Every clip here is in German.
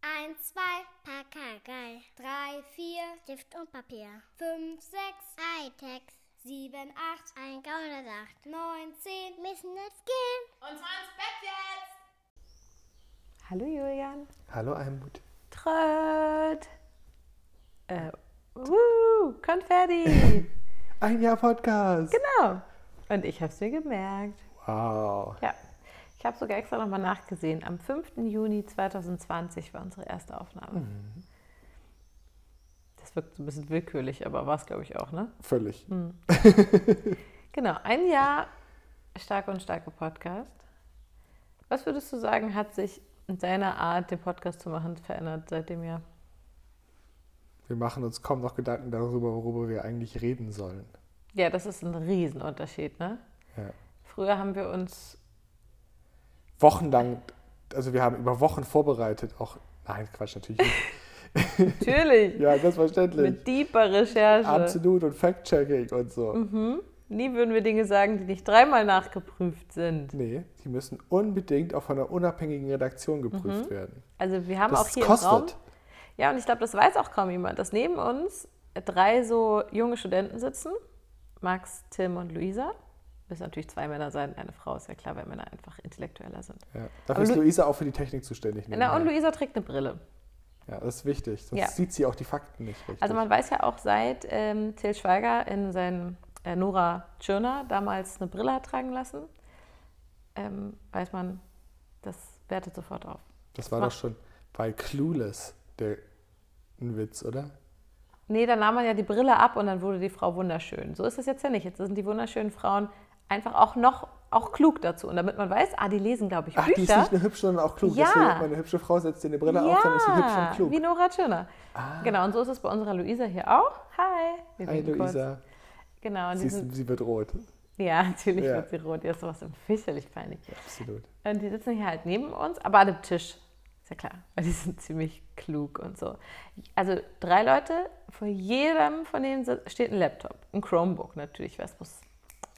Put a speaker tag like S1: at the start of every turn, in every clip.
S1: 1, 2, Pakagei.
S2: 3, 4,
S1: Stift und Papier.
S2: 5, 6,
S1: Hightech.
S2: 7, 8,
S1: 1, 108.
S2: 9, 10.
S1: Müssen jetzt gehen.
S3: Und zwar ins Bett jetzt!
S4: Hallo Julian.
S5: Hallo Almut.
S4: Tröd. Äh, wuhu, Konfetti.
S5: Ein Jahr Podcast.
S4: genau. Und ich habe es mir gemerkt.
S5: Wow.
S4: Ja. Ich habe sogar extra nochmal nachgesehen. Am 5. Juni 2020 war unsere erste Aufnahme. Mhm. Das wirkt so ein bisschen willkürlich, aber war es, glaube ich, auch, ne?
S5: Völlig.
S4: Genau, ein Jahr stark und starke Podcast. Was würdest du sagen, hat sich in deiner Art, den Podcast zu machen, verändert seit dem Jahr?
S5: Wir machen uns kaum noch Gedanken darüber, worüber wir eigentlich reden sollen.
S4: Ja, das ist ein Riesenunterschied, ne?
S5: Ja.
S4: Früher haben wir uns,
S5: Wochenlang, also wir haben über Wochen vorbereitet, auch. Nein, Quatsch, natürlich nicht.
S4: natürlich,
S5: Ja, selbstverständlich.
S4: mit deeper Recherche,
S5: Absolut und Fact-Checking und so.
S4: Mhm. nie würden wir Dinge sagen, die nicht dreimal nachgeprüft sind.
S5: Nee, die müssen unbedingt auch von einer unabhängigen Redaktion geprüft werden.
S4: Also wir haben
S5: Das
S4: auch hier
S5: kostet.
S4: im Raum, ja, und ich glaube, das weiß auch kaum jemand, dass neben uns drei so junge Studenten sitzen, Max, Tim und Luisa. Müssen natürlich zwei Männer sein, eine Frau ist ja klar, weil Männer einfach intellektueller sind.
S5: Ja.
S4: Aber
S5: Dafür ist
S4: Lu-
S5: Luisa auch für die Technik zuständig.
S4: Na, und
S5: nebenbei.
S4: Luisa trägt eine Brille.
S5: ja, das ist wichtig, sonst
S4: Ja.
S5: sieht sie auch die Fakten nicht richtig.
S4: Also man weiß ja auch seit ähm, Till Schweiger in seinem äh, Nora Tschirner damals eine Brille hat tragen lassen, ähm, weiß man, das wertet sofort auf.
S5: das war doch schon bei Clueless der ein Witz, oder?
S4: Nee, dann nahm man ja die Brille ab und dann wurde die Frau wunderschön. So ist es jetzt ja nicht. Jetzt sind die wunderschönen Frauen einfach auch noch auch klug dazu. Und damit man weiß, ah, die lesen, glaube ich,
S5: Ach,
S4: Bücher.
S5: die ist nicht nur hübsch, sondern auch klug.
S4: Ja.
S5: Deswegen, wenn man eine hübsche Frau setzt dir eine Brille auf, dann ist sie hübsch und
S4: ja, wie
S5: klug. Ah.
S4: Nora Tschirner. Genau, und so ist es bei unserer Luisa hier auch. Hi. Wir
S5: Hi,
S4: winken kurz.
S5: Luisa.
S4: Genau, und
S5: Sie,
S4: die sind
S5: ist, sie wird rot.
S4: Ja, natürlich
S5: Ja.
S4: wird sie rot. Jetzt sowas fürchterlich peinlich.
S5: Absolut.
S4: Und die sitzen hier halt neben uns, aber an dem Tisch. Ist ja klar, weil die sind ziemlich klug und so. Also drei Leute, vor jedem von denen sit- steht ein Laptop. Ein Chromebook natürlich, weil es muss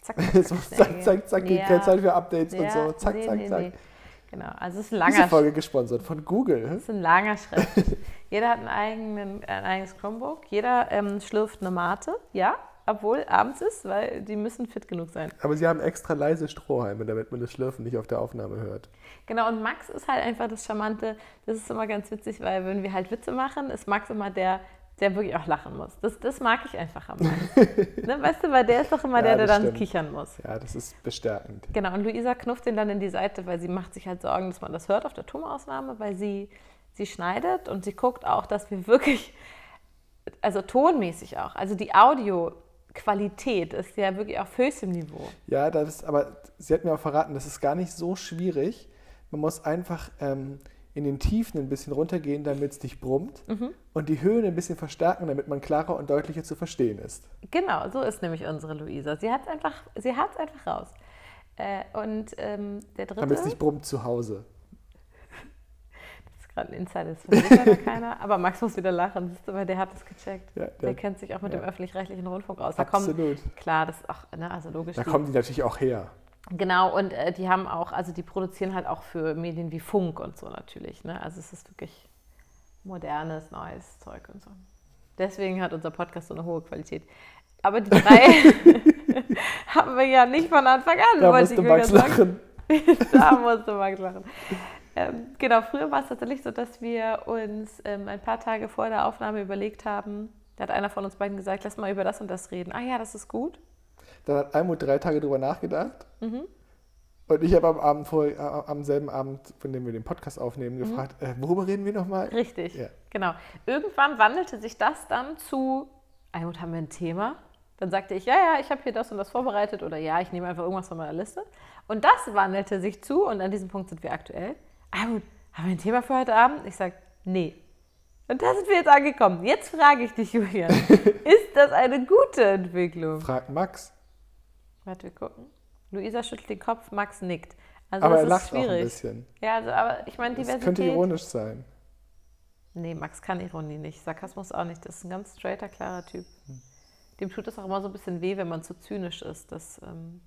S4: zack, zack,
S5: Es muss zack, zack, zack, gibt keine Zeit für Updates
S4: Ja,
S5: und so. Zack,
S4: nee,
S5: zack,
S4: nee,
S5: zack.
S4: nee. Genau, also es ist ein
S5: Diese
S4: langer,
S5: Folge gesponsert von Google.
S4: es ist ein langer Schritt. jeder hat einen eigenen, ein eigenes Chromebook, jeder ähm, schlürft eine Mate, ja, obwohl abends ist, weil die müssen fit genug sein.
S5: Aber sie haben extra leise Strohhalme, damit man das Schlürfen nicht auf der Aufnahme hört.
S4: Genau, und Max ist halt einfach das Charmante. Das ist immer ganz witzig, weil wenn wir halt Witze machen, ist Max immer der, der wirklich auch lachen muss. Das, das mag ich einfach am Max. ne, weißt du, weil der ist doch immer
S5: Ja,
S4: der, der
S5: das
S4: dann
S5: stimmt.
S4: kichern muss.
S5: Ja, das ist bestärkend.
S4: Genau, und Luisa knufft den dann in die Seite, weil sie macht sich halt Sorgen, dass man das hört auf der Tonausnahme, weil sie, sie schneidet und sie guckt auch, dass wir wirklich, also tonmäßig auch, also die Audioqualität ist ja wirklich auf höchstem Niveau.
S5: Ja, das ist, aber sie hat mir auch verraten, das ist gar nicht so schwierig. Man muss einfach ähm, in den Tiefen ein bisschen runtergehen, damit es nicht brummt.
S4: Mhm.
S5: Und die Höhen ein bisschen verstärken, damit man klarer und deutlicher zu verstehen ist.
S4: Genau, so ist nämlich unsere Luisa. Sie hat es einfach, sie hat's einfach raus. Äh, und ähm, der dritte,
S5: Damit es
S4: das
S5: nicht brummt zu Hause.
S4: ist gerade ein Insider, das versteht leider keiner, aber Max muss wieder lachen, siehst du, weil der hat es gecheckt.
S5: Ja,
S4: der,
S5: der-
S4: kennt sich auch mit dem öffentlich-rechtlichen Rundfunk aus. Da kommen,
S5: Absolut.
S4: klar, das ist auch, ne, also logisch.
S5: Da
S4: die-
S5: kommen die natürlich auch her.
S4: Genau, und äh, die haben auch, also die produzieren halt auch für Medien wie Funk und so natürlich. Ne? Also es ist wirklich modernes, neues Zeug und so. Deswegen hat unser Podcast so eine hohe Qualität. Aber die drei haben wir ja nicht von Anfang an.
S5: Da
S4: wollte
S5: musste
S4: ich nur
S5: Max
S4: ganz sagen.
S5: lachen.
S4: da musste Max lachen. Ähm, genau, früher war es tatsächlich so, dass wir uns ähm, ein paar Tage vor der Aufnahme überlegt haben, da hat einer von uns beiden gesagt, lass mal über das und das reden. Ah ja, das ist gut.
S5: Dann hat Almut drei Tage drüber nachgedacht.
S4: Mhm.
S5: Und ich habe am, Abend vor, äh, am selben Abend, von dem wir den Podcast
S4: Mhm.
S5: aufnehmen, gefragt, äh, worüber reden wir nochmal?
S4: Richtig,
S5: Ja.
S4: genau. Irgendwann wandelte sich das dann zu, Almut, haben wir ein Thema? Dann sagte ich, ja, ja, ich habe hier das und das vorbereitet oder ja, ich nehme einfach irgendwas von meiner Liste. Und das wandelte sich zu und an diesem Punkt sind wir aktuell. Almut, haben wir ein Thema für heute Abend? Ich sage, nee. Und da sind wir jetzt angekommen. Jetzt frage ich dich, Julian, ist das eine gute Entwicklung?
S5: Fragt Max.
S4: Warte, wir gucken. Luisa schüttelt den Kopf, Max nickt. Also
S5: Aber
S4: das
S5: er
S4: ist
S5: lacht auch
S4: schwierig.
S5: ein bisschen.
S4: Ja, also, aber ich meine,
S5: Das
S4: Diversität.
S5: könnte ironisch sein.
S4: Nee, Max kann Ironie nicht. Sarkasmus auch nicht. Das ist ein ganz straighter, klarer Typ.
S5: Hm.
S4: Dem tut es auch immer so ein bisschen weh, wenn man zu zynisch ist. Das, ähm,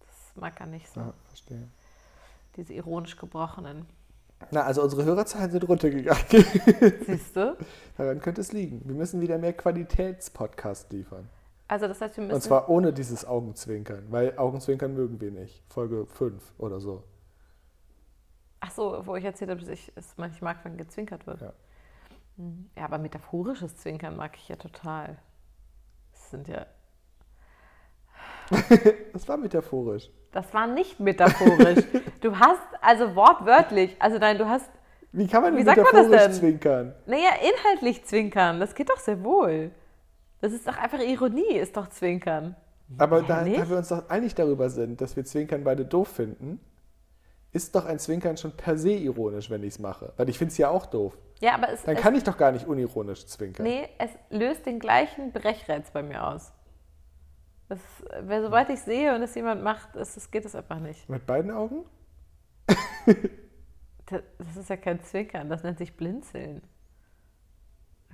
S4: das mag er nicht so.
S5: Ja, verstehe.
S4: Diese ironisch gebrochenen.
S5: Na, also unsere Hörerzahlen sind runtergegangen.
S4: Siehst du?
S5: Daran könnte es liegen. Wir müssen wieder mehr Qualitätspodcast liefern.
S4: Also das heißt, wir
S5: Und
S4: müssen.
S5: zwar ohne dieses Augenzwinkern, weil Augenzwinkern mögen wir nicht. Folge 5 oder so.
S4: Ach so, wo ich erzählt habe, dass ich es manchmal mag, wenn gezwinkert wird.
S5: Ja.
S4: Ja. ja, aber metaphorisches Zwinkern mag ich ja total. Das sind ja.
S5: Das war metaphorisch.
S4: Das war nicht metaphorisch. du hast, also wortwörtlich, also nein, du hast,
S5: Wie kann man
S4: Wie
S5: denn
S4: sagt man das
S5: metaphorisch
S4: denn?
S5: zwinkern?
S4: naja, inhaltlich zwinkern. Das geht doch sehr wohl. Das ist doch einfach Ironie, ist doch zwinkern.
S5: Aber da,
S4: nicht?
S5: da wir uns doch einig darüber sind, dass wir Zwinkern beide doof finden, ist doch ein Zwinkern schon per se ironisch, wenn ich es mache. Weil ich finde es ja auch doof.
S4: Ja, aber es,
S5: Dann
S4: es,
S5: kann ich doch gar nicht unironisch zwinkern.
S4: nee, es löst den gleichen Brechreiz bei mir aus. Das, wer- sobald ich sehe und es jemand macht, ist, das geht es einfach nicht.
S5: Mit beiden Augen?
S4: Das, das ist ja kein Zwinkern, das nennt sich Blinzeln.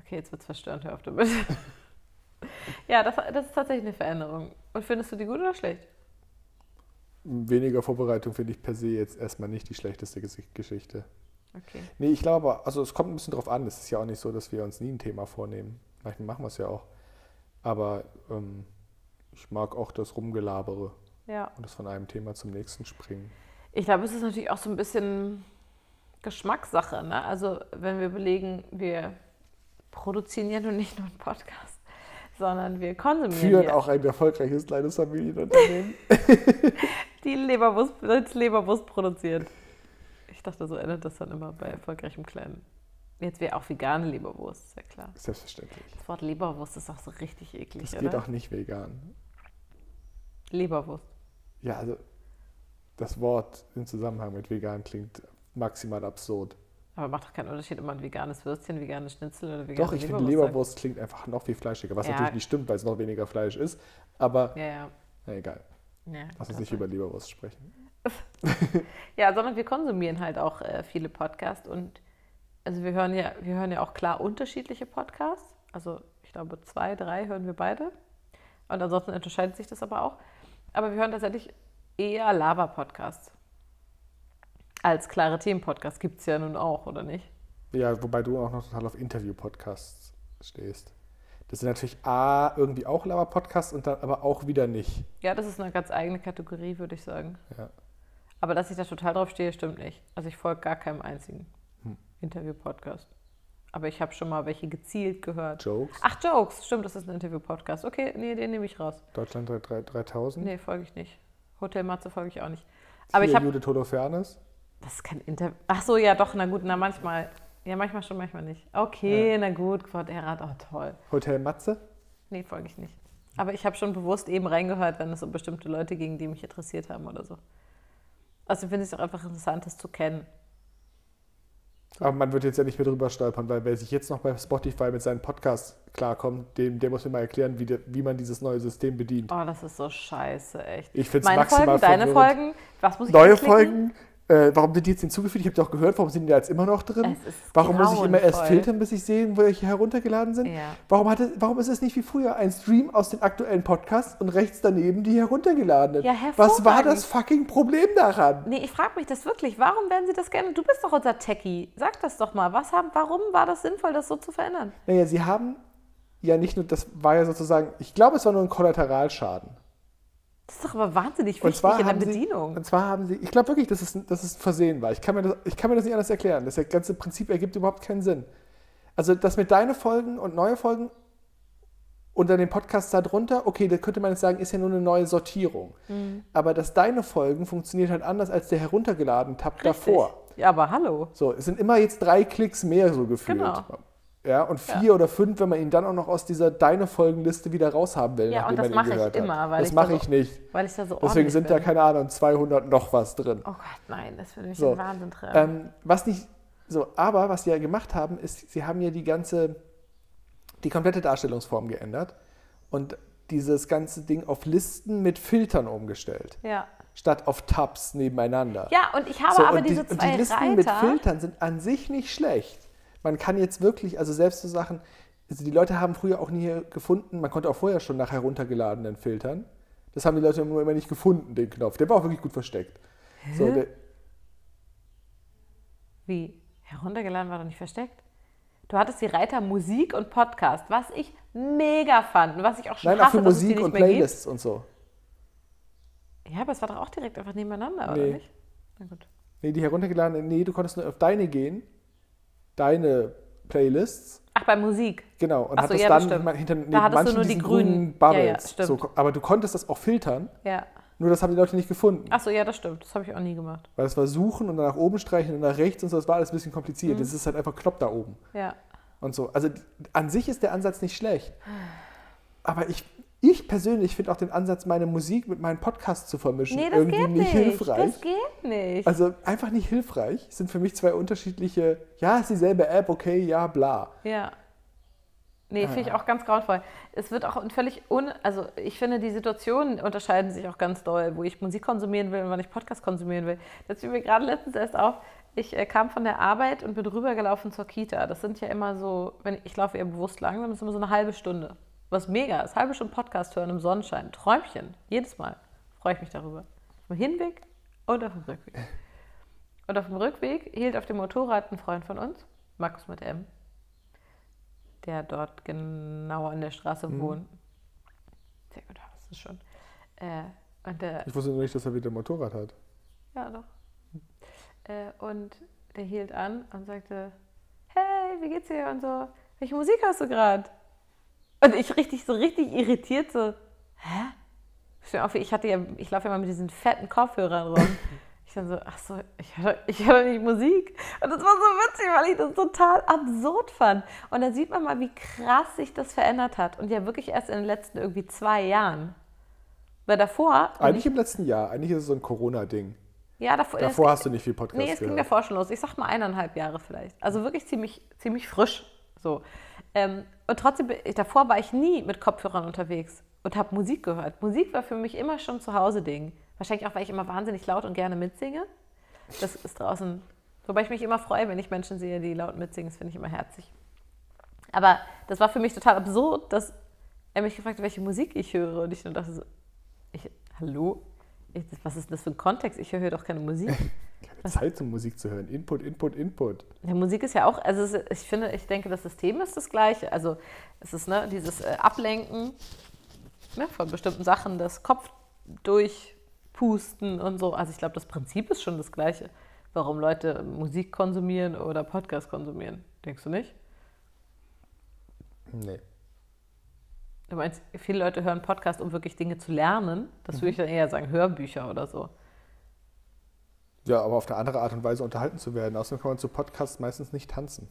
S4: Okay, jetzt wird's verstörend, hör auf damit. ja, das, das ist tatsächlich eine Veränderung. Und findest du die gut oder schlecht?
S5: Weniger Vorbereitung finde ich per se jetzt erstmal nicht die schlechteste Ges- Geschichte.
S4: Okay.
S5: Nee, ich glaube, also es kommt ein bisschen drauf an. Es ist ja auch nicht so, dass wir uns nie ein Thema vornehmen. Manchmal machen wir es ja auch. Aber ähm, ich mag auch das Rumgelabere
S4: Ja.
S5: und das von einem Thema zum nächsten springen.
S4: Ich glaube, es ist natürlich auch so ein bisschen Geschmackssache. Ne? Also, wenn wir belegen, wir produzieren ja nun nicht nur einen Podcast, sondern wir konsumieren
S5: Führen
S4: ja.
S5: auch ein erfolgreiches kleines Familienunternehmen.
S4: die Leberwurst, das Leberwurst produziert. Ich dachte, so endet das dann immer bei erfolgreichem Kleinen. Jetzt wäre auch vegane Leberwurst, ist ja klar.
S5: Selbstverständlich.
S4: Das Wort Leberwurst ist auch so richtig eklig,
S5: Das
S4: oder?
S5: geht auch nicht vegan.
S4: Leberwurst.
S5: Ja, also das Wort im Zusammenhang mit vegan klingt maximal absurd.
S4: Aber macht doch keinen Unterschied, ob man ein veganes Würstchen, veganes Schnitzel oder veganes
S5: Doch, ich finde, Leberwurst klingt einfach noch viel fleischiger, was
S4: Ja.
S5: natürlich nicht stimmt, weil es noch weniger Fleisch ist. Aber
S4: Ja, ja.
S5: na egal,
S4: Ja,
S5: lass uns
S4: kann
S5: nicht
S4: sein.
S5: über Leberwurst sprechen.
S4: ja, sondern wir konsumieren halt auch äh, viele Podcasts und also wir hören ja, wir hören ja auch klar unterschiedliche Podcasts. Also ich glaube zwei, drei hören wir beide. Und ansonsten unterscheidet sich das aber auch. Aber wir hören tatsächlich eher Laber-Podcasts. Als klare Themen-Podcasts gibt es ja nun auch, oder nicht?
S5: Ja, wobei du auch noch total auf Interview-Podcasts stehst. Das sind natürlich A, irgendwie auch Laber-Podcasts und dann aber auch wieder nicht.
S4: Ja, das ist eine ganz eigene Kategorie, würde ich sagen.
S5: Ja.
S4: Aber dass ich da total drauf stehe, stimmt nicht. Also ich folge gar keinem einzigen Interview-Podcast. Aber ich habe schon mal welche gezielt gehört.
S5: Jokes,
S4: Ach, Jokes, stimmt, das ist ein Interview-Podcast. Okay, nee, den nehme ich raus.
S5: Deutschland 3000,
S4: Nee, folge ich nicht. Hotel Matze folge ich auch nicht. Aber ich
S5: hier
S4: habe.
S5: Judith Holofernes.
S4: Das ist kein Interview. Ach so, ja, doch, na gut, na manchmal. Ja, manchmal schon, manchmal nicht. Okay, na gut, Gott, Erat, oh toll.
S5: Hotel Matze.
S4: Nee, folge ich nicht. Aber ich habe schon bewusst eben reingehört, wenn es so bestimmte Leute ging, die mich interessiert haben oder so. Also finde ich es auch einfach interessant, das zu kennen.
S5: Aber man wird jetzt ja nicht mehr drüber stolpern, weil wer sich jetzt noch bei Spotify mit seinen Podcasts klarkommt, dem, der muss mir mal erklären, wie, de, wie man dieses neue System bedient.
S4: Oh, das ist so scheiße, echt.
S5: Ich find's
S4: Meine
S5: maximal
S4: Folgen, deine
S5: verwirrend.
S4: Folgen, was muss ich
S5: Neue
S4: anklicken?
S5: Folgen, äh, warum sind die jetzt hinzugefügt? Ich habe doch gehört, warum sind die da jetzt immer noch drin?
S4: Es ist
S5: Warum muss ich immer erst
S4: grauenvoll.
S5: filtern, bis ich sehe, welche heruntergeladen sind?
S4: Ja.
S5: Warum, hat es, warum ist es nicht wie früher ein Stream aus den aktuellen Podcasts und rechts daneben die heruntergeladenen?
S4: Ja,
S5: Was war
S4: hervorragend.
S5: das fucking Problem daran?
S4: Nee, ich frage mich das wirklich. Warum werden sie das gerne? Du bist doch unser Techie. Sag das doch mal. Was haben, warum war das sinnvoll, das so zu verändern?
S5: Naja, sie haben ja nicht nur, das war ja sozusagen, ich glaube, es war nur ein Kollateralschaden.
S4: Das ist doch aber wahnsinnig wichtig
S5: Und zwar,
S4: in der
S5: haben sie,
S4: Bedienung.
S5: und zwar haben sie, ich glaube wirklich, dass es, ein- dass es ein Versehen war. Ich kann, mir das, ich kann mir das nicht anders erklären. Das ganze Prinzip ergibt überhaupt keinen Sinn. Also das mit deine Folgen und neue Folgen unter dem Podcast da drunter, okay, da könnte man jetzt sagen, ist ja nur eine neue Sortierung.
S4: Mhm.
S5: Aber dass deine Folgen funktioniert halt anders als der heruntergeladene Tab davor.
S4: Ja, aber hallo.
S5: So, es sind immer jetzt drei Klicks mehr so gefühlt.
S4: Genau.
S5: Ja, und vier oder fünf, wenn man ihn dann auch noch aus dieser deine Folgenliste wieder raushaben will,
S4: Ja, und
S5: nachdem
S4: das
S5: man ihn
S4: mache ich
S5: gehört hat.
S4: immer, weil
S5: das
S4: ich
S5: mache
S4: das
S5: ich nicht.
S4: Weil ich da so
S5: Deswegen
S4: ordentlich
S5: sind
S4: bin.
S5: da, keine Ahnung, 200 noch was drin.
S4: Oh Gott, nein, das würde mich
S5: So.
S4: in den Wahnsinn treiben.
S5: Ähm, was nicht, so, aber was sie ja gemacht haben, ist, sie haben ja die ganze, die komplette Darstellungsform geändert und dieses ganze Ding auf Listen mit Filtern umgestellt,
S4: ja.
S5: statt auf Tabs nebeneinander.
S4: ja, und ich habe
S5: ähm, So,
S4: aber
S5: und
S4: diese
S5: die,
S4: zwei
S5: und die Listen
S4: Reiter.
S5: mit Filtern sind an sich nicht schlecht. Man kann jetzt wirklich, also selbst so Sachen, also die Leute haben früher auch nie gefunden, man konnte auch vorher schon nach heruntergeladenen filtern. Das haben die Leute nur immer nicht gefunden, den Knopf. Der war auch wirklich gut versteckt. So, der,
S4: Wie? Heruntergeladen war doch nicht versteckt. Du hattest die Reiter Musik und Podcast, was ich mega fand und was ich auch schon
S5: Nein, auch
S4: hasse,
S5: für
S4: dass es die
S5: Musik
S4: nicht
S5: und
S4: mehr gibt.
S5: Playlists und so.
S4: Ja, aber es war doch auch direkt einfach nebeneinander,
S5: Nee.
S4: oder nicht? Na gut.
S5: Nee, die heruntergeladenen, nee, du konntest nur auf deine gehen, deine Playlists,
S4: Ach, bei Musik.
S5: genau, und
S4: Ach so,
S5: hattest
S4: ja,
S5: dann
S4: bestimmt.
S5: mal hinter neben
S4: hattest du
S5: manchen
S4: nur die
S5: diesen
S4: grünen.
S5: grünen
S4: Ja, ja,
S5: Bubbles.
S4: stimmt.
S5: so, ko- aber du konntest das auch filtern,
S4: Ja.
S5: nur das haben die Leute nicht gefunden,
S4: Ach so, ja, das stimmt. Das habe ich auch nie gemacht.
S5: weil das war suchen und dann nach oben streichen und nach rechts und so, das war alles ein bisschen
S4: Mhm.
S5: kompliziert. Das ist halt einfach Knopf da oben
S4: Ja.
S5: und so. Also d- an sich ist der Ansatz nicht schlecht, aber ich, ich persönlich finde auch den Ansatz, meine Musik mit meinen Podcasts zu vermischen,
S4: Nee, das
S5: irgendwie
S4: geht nicht.
S5: nicht hilfreich.
S4: Das geht nicht.
S5: Also einfach nicht hilfreich, sind für mich zwei unterschiedliche, ja, ist dieselbe App, okay, ja, bla.
S4: Ja. Nee, finde ich auch ganz grauenvoll. Es wird auch völlig un... Also ich finde, die Situationen unterscheiden sich auch ganz doll, wo ich Musik konsumieren will und wann ich Podcast konsumieren will. Das fiel mir gerade letztens erst auf. Ich äh, kam von der Arbeit und bin rübergelaufen zur Kita. Das sind ja immer so, wenn ich, ich laufe eher bewusst langsam, das ist immer so eine halbe Stunde. Was mega ist, halbe Stunde Podcast hören im Sonnenschein. Träumchen, jedes Mal. Freue ich mich darüber. Auf dem Hinweg und auf dem Rückweg. Und auf dem Rückweg hielt auf dem Motorrad ein Freund von uns, Markus mit M, der dort genau an der Straße wohnt. Sehr gut, hast du schon. Äh, und der,
S5: Ich wusste nur nicht, dass er wieder ein Motorrad
S4: Mhm.
S5: hat.
S4: ja doch. Äh, und der hielt an und sagte, hey, wie geht's dir? Und so, welche Musik hast du gerade? Und ich richtig, so richtig irritiert, so, hä? Ist mir auf- Ich hatte ja, ich laufe ja mal mit diesen fetten Kopfhörern rum. Ich dann so, ach so, ich höre, ich höre nicht Musik. Und das war so witzig, weil ich das total absurd fand. Und da sieht man mal, wie krass sich das verändert hat. Und ja wirklich erst in den letzten irgendwie zwei Jahren. Weil davor,
S5: Eigentlich im letzten Jahr, eigentlich ist es so ein Corona-Ding.
S4: ja, davor, das
S5: Davor hast du nicht viel Podcast
S4: Nee, es ging
S5: gehört.
S4: davor schon los. Ich sag mal eineinhalb Jahre vielleicht. Also wirklich ziemlich, ziemlich frisch. So. Ähm, und trotzdem, bin ich- davor war ich nie mit Kopfhörern unterwegs und habe Musik gehört. Musik war für mich immer schon zu Hause Ding. Wahrscheinlich auch, weil ich immer wahnsinnig laut und gerne mitsinge. Das ist draußen. Wobei ich mich immer freue, wenn ich Menschen sehe, die laut mitsingen. Das finde ich immer herzig. Aber das war für mich total absurd, dass er mich gefragt hat, welche Musik ich höre. Und ich nur dachte so, ich, hallo? Ich, was ist das für ein Kontext? Ich höre hier doch keine Musik.
S5: Keine Zeit, um Musik zu hören. Input, Input, Input.
S4: Ja, Musik ist ja auch, also es, ich finde, ich denke, das System ist das gleiche. Also es ist ne, dieses äh, Ablenken ne, von bestimmten Sachen, das Kopf durchpusten und so. Also ich glaube, das Prinzip ist schon das gleiche, warum Leute Musik konsumieren oder Podcast konsumieren. Denkst du nicht?
S5: Nee.
S4: Du meinst, viele Leute hören Podcast, um wirklich Dinge zu lernen. Das würde ich dann eher sagen, Hörbücher oder so.
S5: Ja, aber auf eine andere Art und Weise unterhalten zu werden. Außerdem kann man zu Podcasts meistens nicht tanzen.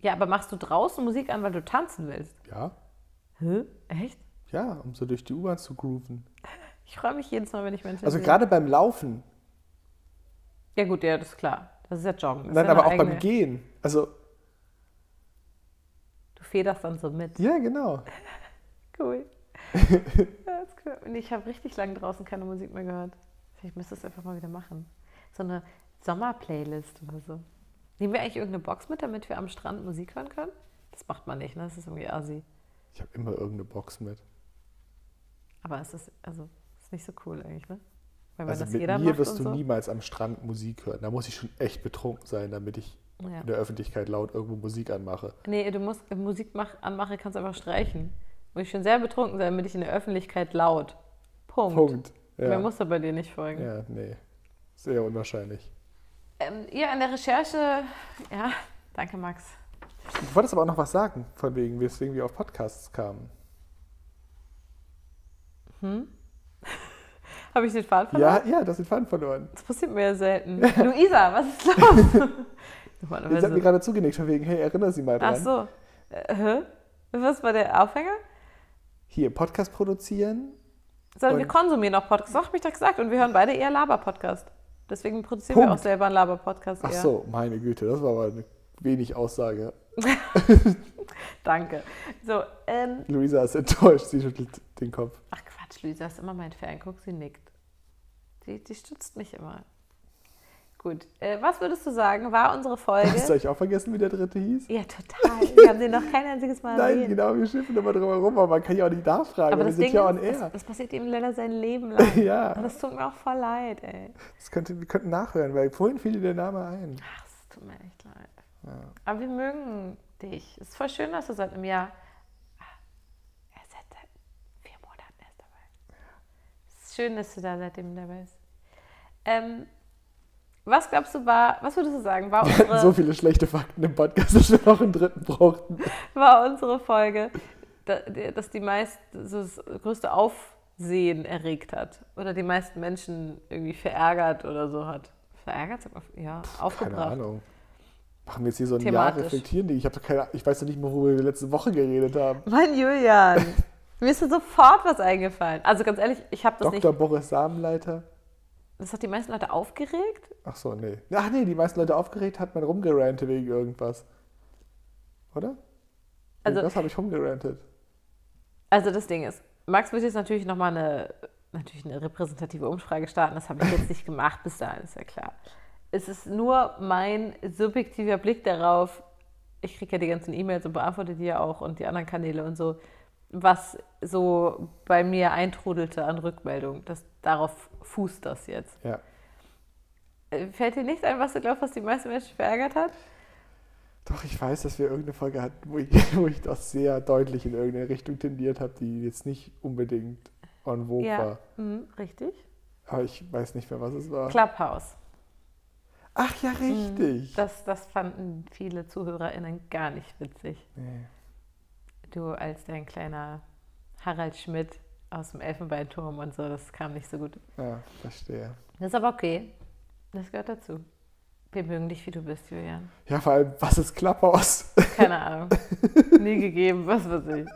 S4: Ja, aber machst du draußen Musik an, weil du tanzen willst?
S5: Ja?
S4: Hä? Echt?
S5: Ja, um so durch die U-Bahn zu grooven.
S4: Ich freue mich jedes Mal, wenn ich Menschen
S5: Also
S4: sehe.
S5: gerade beim Laufen.
S4: Ja, gut, ja, das ist klar. Das ist ja Joggen. Das
S5: Nein,
S4: ist ja
S5: aber auch
S4: eine
S5: beim
S4: eigene-
S5: Gehen. Also,
S4: Du federst dann so mit.
S5: ja, genau.
S4: Cool. ja, ist cool. Und ich habe richtig lange draußen keine Musik mehr gehört. Ich müsste es einfach mal wieder machen. So eine Sommer-Playlist oder so. Nehmen wir eigentlich irgendeine Box mit, damit wir am Strand Musik hören können? Das macht man nicht, ne? Das ist irgendwie assi.
S5: Ich habe immer irgendeine Box mit.
S4: Aber es ist, also, ist nicht so cool eigentlich, ne? Weil man
S5: Also
S4: das
S5: mit
S4: jeder
S5: mir
S4: macht
S5: wirst
S4: und
S5: du
S4: so.
S5: niemals am Strand Musik hören. Da muss ich schon echt betrunken sein, damit ich
S4: Ja.
S5: in der Öffentlichkeit laut irgendwo Musik anmache.
S4: Nee, du musst äh, Musik mach, anmachen, kannst einfach streichen. Muss ich schon sehr betrunken sein, damit ich in der Öffentlichkeit laut. Punkt.
S5: Punkt. Ja,
S4: Wer muss da bei dir nicht folgen?
S5: ja nee. Sehr unwahrscheinlich.
S4: Ähm, ihr in der Recherche, ja, danke Max.
S5: Du wolltest aber auch noch was sagen, von wegen, weswegen wir auf Podcasts kamen.
S4: Habe ich den Faden verloren?
S5: Ja, ja, das ist den Faden verloren.
S4: Das passiert mir ja selten. Luisa, was ist los?
S5: Jetzt hat mir
S4: Normalerweise.
S5: gerade zugenickt, von wegen, hey, erinnere sie mal dran.
S4: Ach so. Äh, hä? was war der Aufhänger?
S5: Hier, Podcast produzieren.
S4: Sondern wir
S5: Und-
S4: konsumieren auch Podcasts. Das habe ich doch gesagt. Und wir hören beide eher Laber-Podcast. Deswegen produzieren wir auch
S5: Punkt.
S4: selber einen Laber-Podcast.
S5: Ach
S4: eher.
S5: so, meine Güte, das war aber eine wenig Aussage.
S4: Danke. So, ähm,
S5: Luisa ist enttäuscht, sie schüttelt den Kopf.
S4: ach Quatsch, Luisa ist immer mein Fan. Guck, sie nickt. Die, die stützt mich immer. Gut. Äh, was würdest du sagen, war unsere Folge?
S5: Hast du euch auch vergessen, wie der dritte hieß?
S4: Ja, total. Wir haben den noch kein einziges Mal
S5: Nein,
S4: erwähnt.
S5: genau, wir schiffen immer drüber rum, aber man kann ja auch nicht nachfragen,
S4: Aber
S5: weil wir
S4: das
S5: sind
S4: Ding
S5: ja on
S4: ist, das,
S5: air.
S4: das passiert ihm leider sein Leben lang.
S5: Ja.
S4: Und das tut mir auch voll leid, ey.
S5: Das könnte, wir könnten nachhören, weil vorhin fiel dir der Name ein.
S4: Ach, es tut mir echt leid. Aber wir mögen dich. Es ist voll schön, dass du seit einem Jahr. Ah, Er ist seit seit vier Monaten erst dabei. Es ist schön, dass du da seitdem dabei bist. Ähm, was glaubst du war, was würdest du sagen, war
S5: Wir hatten so
S4: unsere,
S5: viele schlechte Fakten im Podcast, dass wir noch einen dritten brauchten.
S4: war unsere Folge, da- der- dass die meist, so das größte Aufsehen erregt hat oder die meisten Menschen irgendwie verärgert oder so hat? Verärgert? Sagt man, ja, aufgebracht.
S5: Keine Ahnung. Machen wir jetzt hier so ein Jahr
S4: Thematisch.
S5: reflektieren die. Ich habe doch keine Ich weiß doch nicht mehr, worüber wir letzte Woche geredet haben.
S4: Mann, Julian, mir ist da sofort was eingefallen. Also ganz ehrlich, ich habe das
S5: Dr.
S4: nicht.
S5: Boris Samenleiter.
S4: Das hat die meisten Leute aufgeregt.
S5: Ach so, nee. Ach nee, die meisten Leute aufgeregt hat man rumgerantet wegen irgendwas. Oder?
S4: Also-
S5: das habe ich rumgerantet.
S4: Also das Ding ist, Max wird jetzt natürlich nochmal eine, natürlich eine repräsentative Umfrage starten. Das habe ich jetzt nicht gemacht bis dahin, ist ja klar. Es ist nur mein subjektiver Blick darauf. Ich kriege ja die ganzen E-Mails und beantworte die ja auch und die anderen Kanäle und so, was so bei mir eintrudelte an Rückmeldung. Das, darauf fußt das jetzt.
S5: Ja.
S4: Äh, Fällt dir nicht ein, was du glaubst, was die meisten Menschen verärgert hat?
S5: Doch, ich weiß, dass wir irgendeine Folge hatten, wo ich, wo ich doch sehr deutlich in irgendeine Richtung tendiert habe, die jetzt nicht unbedingt on vogue war.
S4: Ja, mhm, richtig.
S5: Aber ich weiß nicht mehr, was es war.
S4: Clubhouse.
S5: Ach
S4: Mhm.
S5: ja, richtig.
S4: Das, das fanden viele ZuhörerInnen gar nicht witzig.
S5: Nee.
S4: Du als dein kleiner Harald Schmidt aus dem Elfenbeinturm und so, das kam nicht so gut.
S5: Ja, verstehe.
S4: Das ist aber okay. Das gehört dazu. Wir mögen dich, wie du bist, Julian.
S5: Ja, vor allem, was ist Klapphaus?
S4: Keine Ahnung. Nie gegeben, was weiß ich.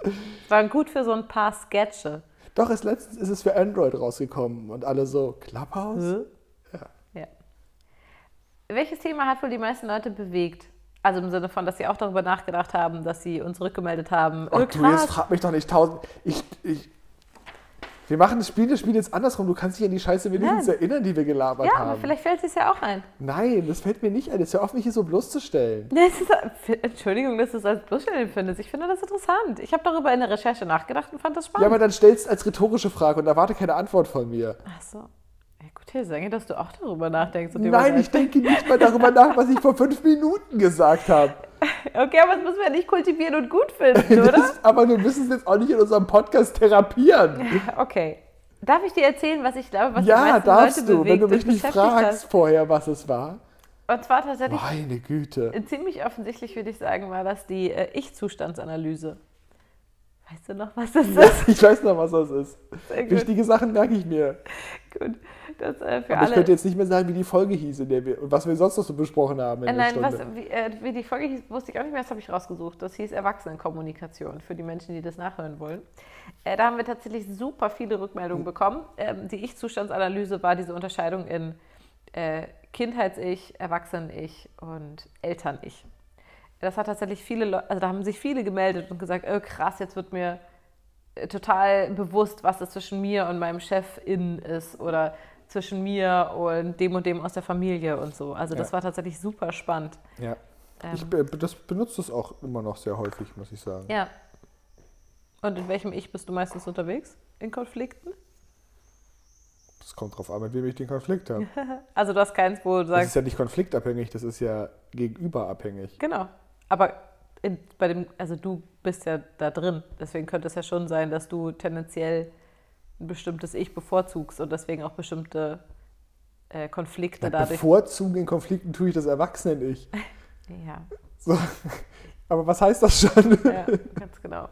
S4: Waren gut für so ein paar Sketche.
S5: Doch, ist letztens ist es für Android rausgekommen und alle so, Klapphaus?
S4: Ja. Welches Thema hat wohl die meisten Leute bewegt? Also im Sinne von, dass sie auch darüber nachgedacht haben, dass sie uns rückgemeldet haben.
S5: Oh,
S4: Öh,
S5: du jetzt
S4: krass.
S5: frag mich doch nicht tausend. Ich, ich. Wir machen das Spiel, das Spiel jetzt andersrum. Du kannst dich an die Scheiße wenigstens
S4: Nein.
S5: erinnern, die wir gelabert
S4: Ja, aber
S5: haben.
S4: vielleicht fällt es ja auch ein.
S5: Nein, das fällt mir nicht ein. Das ist ja auf mich hier so bloßzustellen.
S4: Das ist, Entschuldigung, dass du es als bloßstellend findest. Ich finde das interessant. Ich habe darüber in der Recherche nachgedacht und fand das spannend.
S5: Ja, aber dann stellst als rhetorische Frage und erwarte keine Antwort von mir.
S4: Ach so. Ja, gut, hier sage dass du auch darüber nachdenkst. Und dir
S5: Nein,
S4: was
S5: ich denke nicht mal darüber nach, was ich vor fünf Minuten gesagt habe.
S4: sagst. Okay, aber das müssen wir nicht kultivieren und gut finden, oder?
S5: Das- Aber wir müssen es jetzt auch nicht in unserem Podcast therapieren.
S4: Okay. Darf ich dir erzählen, was ich glaube, was die
S5: Ja,
S4: meisten
S5: darfst
S4: Leute
S5: du, wenn
S4: bewegt
S5: du mich
S4: und
S5: nicht
S4: beschäftigt hat?
S5: fragst vorher, was es war.
S4: Und zwar tatsächlich
S5: Meine Güte.
S4: ziemlich offensichtlich, würde ich sagen, war das die äh, Ich-Zustandsanalyse. Weißt du noch, was das ist?
S5: Ich weiß noch, was das ist.
S4: Sehr gut.
S5: Wichtige Sachen merke ich mir.
S4: Gut. Das äh, für
S5: Aber ich
S4: alle.
S5: könnte jetzt nicht mehr sagen, wie die Folge hieß, in der wir und was wir sonst noch so besprochen haben in
S4: Äh,
S5: der
S4: Nein, was,
S5: Stunde.
S4: wie, äh, wie die Folge hieß, wusste ich auch nicht mehr, das habe ich rausgesucht. Das hieß Erwachsenenkommunikation für die Menschen, die das nachhören wollen. Äh, da haben wir tatsächlich super viele
S5: Hm.
S4: Rückmeldungen bekommen. Ähm, die Ich-Zustandsanalyse war diese Unterscheidung in äh, Kindheits-Ich, Erwachsenen-Ich und Eltern-Ich. Das hat tatsächlich viele Leute, also da haben sich viele gemeldet und gesagt, oh, krass, jetzt wird mir äh, total bewusst, was das zwischen mir und meinem Chef in ist oder zwischen mir und dem und dem aus der Familie und so. Also das
S5: Ja.
S4: war tatsächlich super spannend.
S5: Ja.
S4: Ähm.
S5: Ich be- das benutze das auch immer noch sehr häufig, muss ich sagen.
S4: Ja. Und in welchem Ich bist du meistens unterwegs? In Konflikten?
S5: Das kommt drauf an, mit wem ich den Konflikt habe.
S4: Also du hast keins, wo du
S5: Das ist
S4: sagst,
S5: ja nicht konfliktabhängig, das ist ja gegenüberabhängig.
S4: genau. Aber in, bei dem, also du bist ja da drin. Deswegen könnte es ja schon sein, dass du tendenziell ein bestimmtes Ich bevorzugst und deswegen auch bestimmte äh, Konflikte
S5: Ja,
S4: dadurch.
S5: bevorzugen in Konflikten tue ich das Erwachsenen-Ich.
S4: Ja.
S5: So. Aber was heißt das schon?
S4: Ja, ganz genau.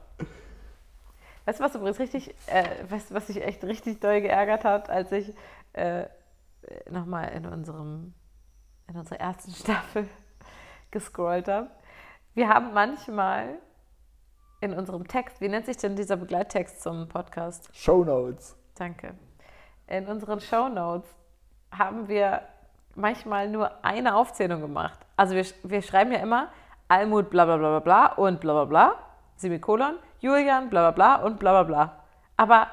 S4: Weißt du, was übrigens richtig, äh, weißt du, was sich echt richtig doll geärgert hat, als ich äh, nochmal in unserem, in unserer ersten Staffel gescrollt habe? Wir haben manchmal in unserem Text, wie nennt sich denn dieser Begleittext zum Podcast?
S5: Shownotes.
S4: Danke. In unseren Shownotes haben wir manchmal nur eine Aufzählung gemacht. Also wir, sch- wir schreiben ja immer Almut bla bla bla bla bla und bla bla bla, Semikolon, Julian bla bla bla und bla bla bla. Aber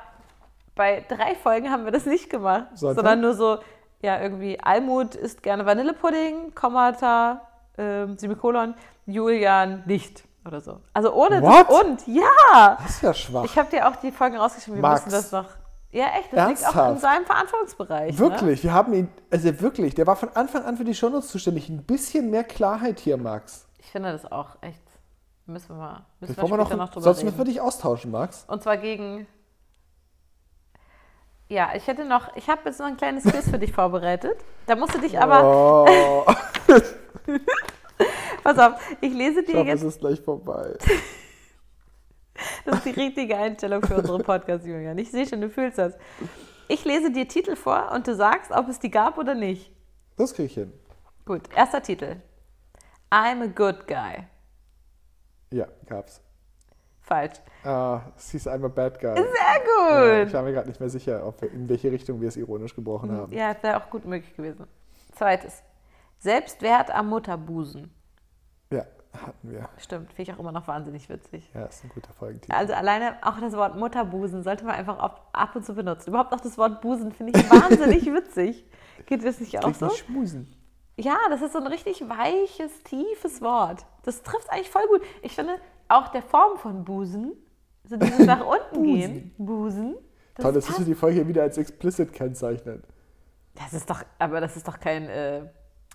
S4: bei drei Folgen haben wir das nicht gemacht,
S5: Sondern?
S4: sondern nur so ja, irgendwie Almut isst gerne Vanillepudding, Kommata, ähm, Semikolon, Julian nicht oder so. Also ohne
S5: What?
S4: das und, ja!
S5: Das ist ja schwach.
S4: Ich habe dir auch die Folgen rausgeschrieben, wir
S5: Max.
S4: müssen das noch. Ja, echt, das liegt auch in
S5: Ernsthaft?
S4: seinem Verantwortungsbereich. Ne?
S5: Wirklich, wir haben ihn, also wirklich, der war von Anfang an für die Shownotes zuständig. Ein bisschen mehr Klarheit hier, Max.
S4: Ich finde das auch echt. Müssen wir mal. Müssen
S5: Das wollen wir
S4: später
S5: noch,
S4: noch drüber
S5: sonst
S4: reden.
S5: müssen wir dich austauschen, Max.
S4: Und zwar gegen. Ja, ich hätte noch. Ich habe jetzt noch ein kleines Quiz für dich vorbereitet. Da musst du dich aber.
S5: Oh,
S4: Pass auf, ich lese
S5: ich
S4: dir
S5: glaube,
S4: jetzt.
S5: es ist gleich vorbei.
S4: Das ist die richtige Einstellung für unsere Podcast, Julian. Ich sehe schon, du fühlst das. Ich lese dir Titel vor und du sagst, ob es die gab oder nicht.
S5: Das kriege ich hin.
S4: Gut, erster Titel. I'm a good guy.
S5: Ja, gab's.
S4: Falsch.
S5: Ah, es hieß einmal Bad Guy.
S4: Sehr
S5: Ich
S4: gut.
S5: war mir gerade nicht mehr sicher, ob wir, in welche Richtung wir es ironisch gebrochen haben.
S4: Mhm. Ja, wäre auch gut möglich gewesen. Zweites. Selbstwert am Mutterbusen.
S5: Ja, hatten wir.
S4: Stimmt, finde ich auch immer noch wahnsinnig witzig.
S5: Ja, ist ein guter Folgentitel.
S4: Also alleine auch das Wort Mutterbusen sollte man einfach ab, ab und zu benutzen. Überhaupt auch das Wort Busen finde ich wahnsinnig witzig. Geht das nicht auch
S5: Klingt
S4: so?
S5: nicht schmusen.
S4: Ja, das ist so ein richtig weiches, tiefes Wort. Das trifft eigentlich voll gut. Ich finde auch der Form von Busen, so dieses nach unten gehen, Busen. Das
S5: Toll, dass
S4: passt.
S5: du die Folge wieder als explicit kennzeichnet.
S4: Das ist doch, aber das ist doch kein, äh,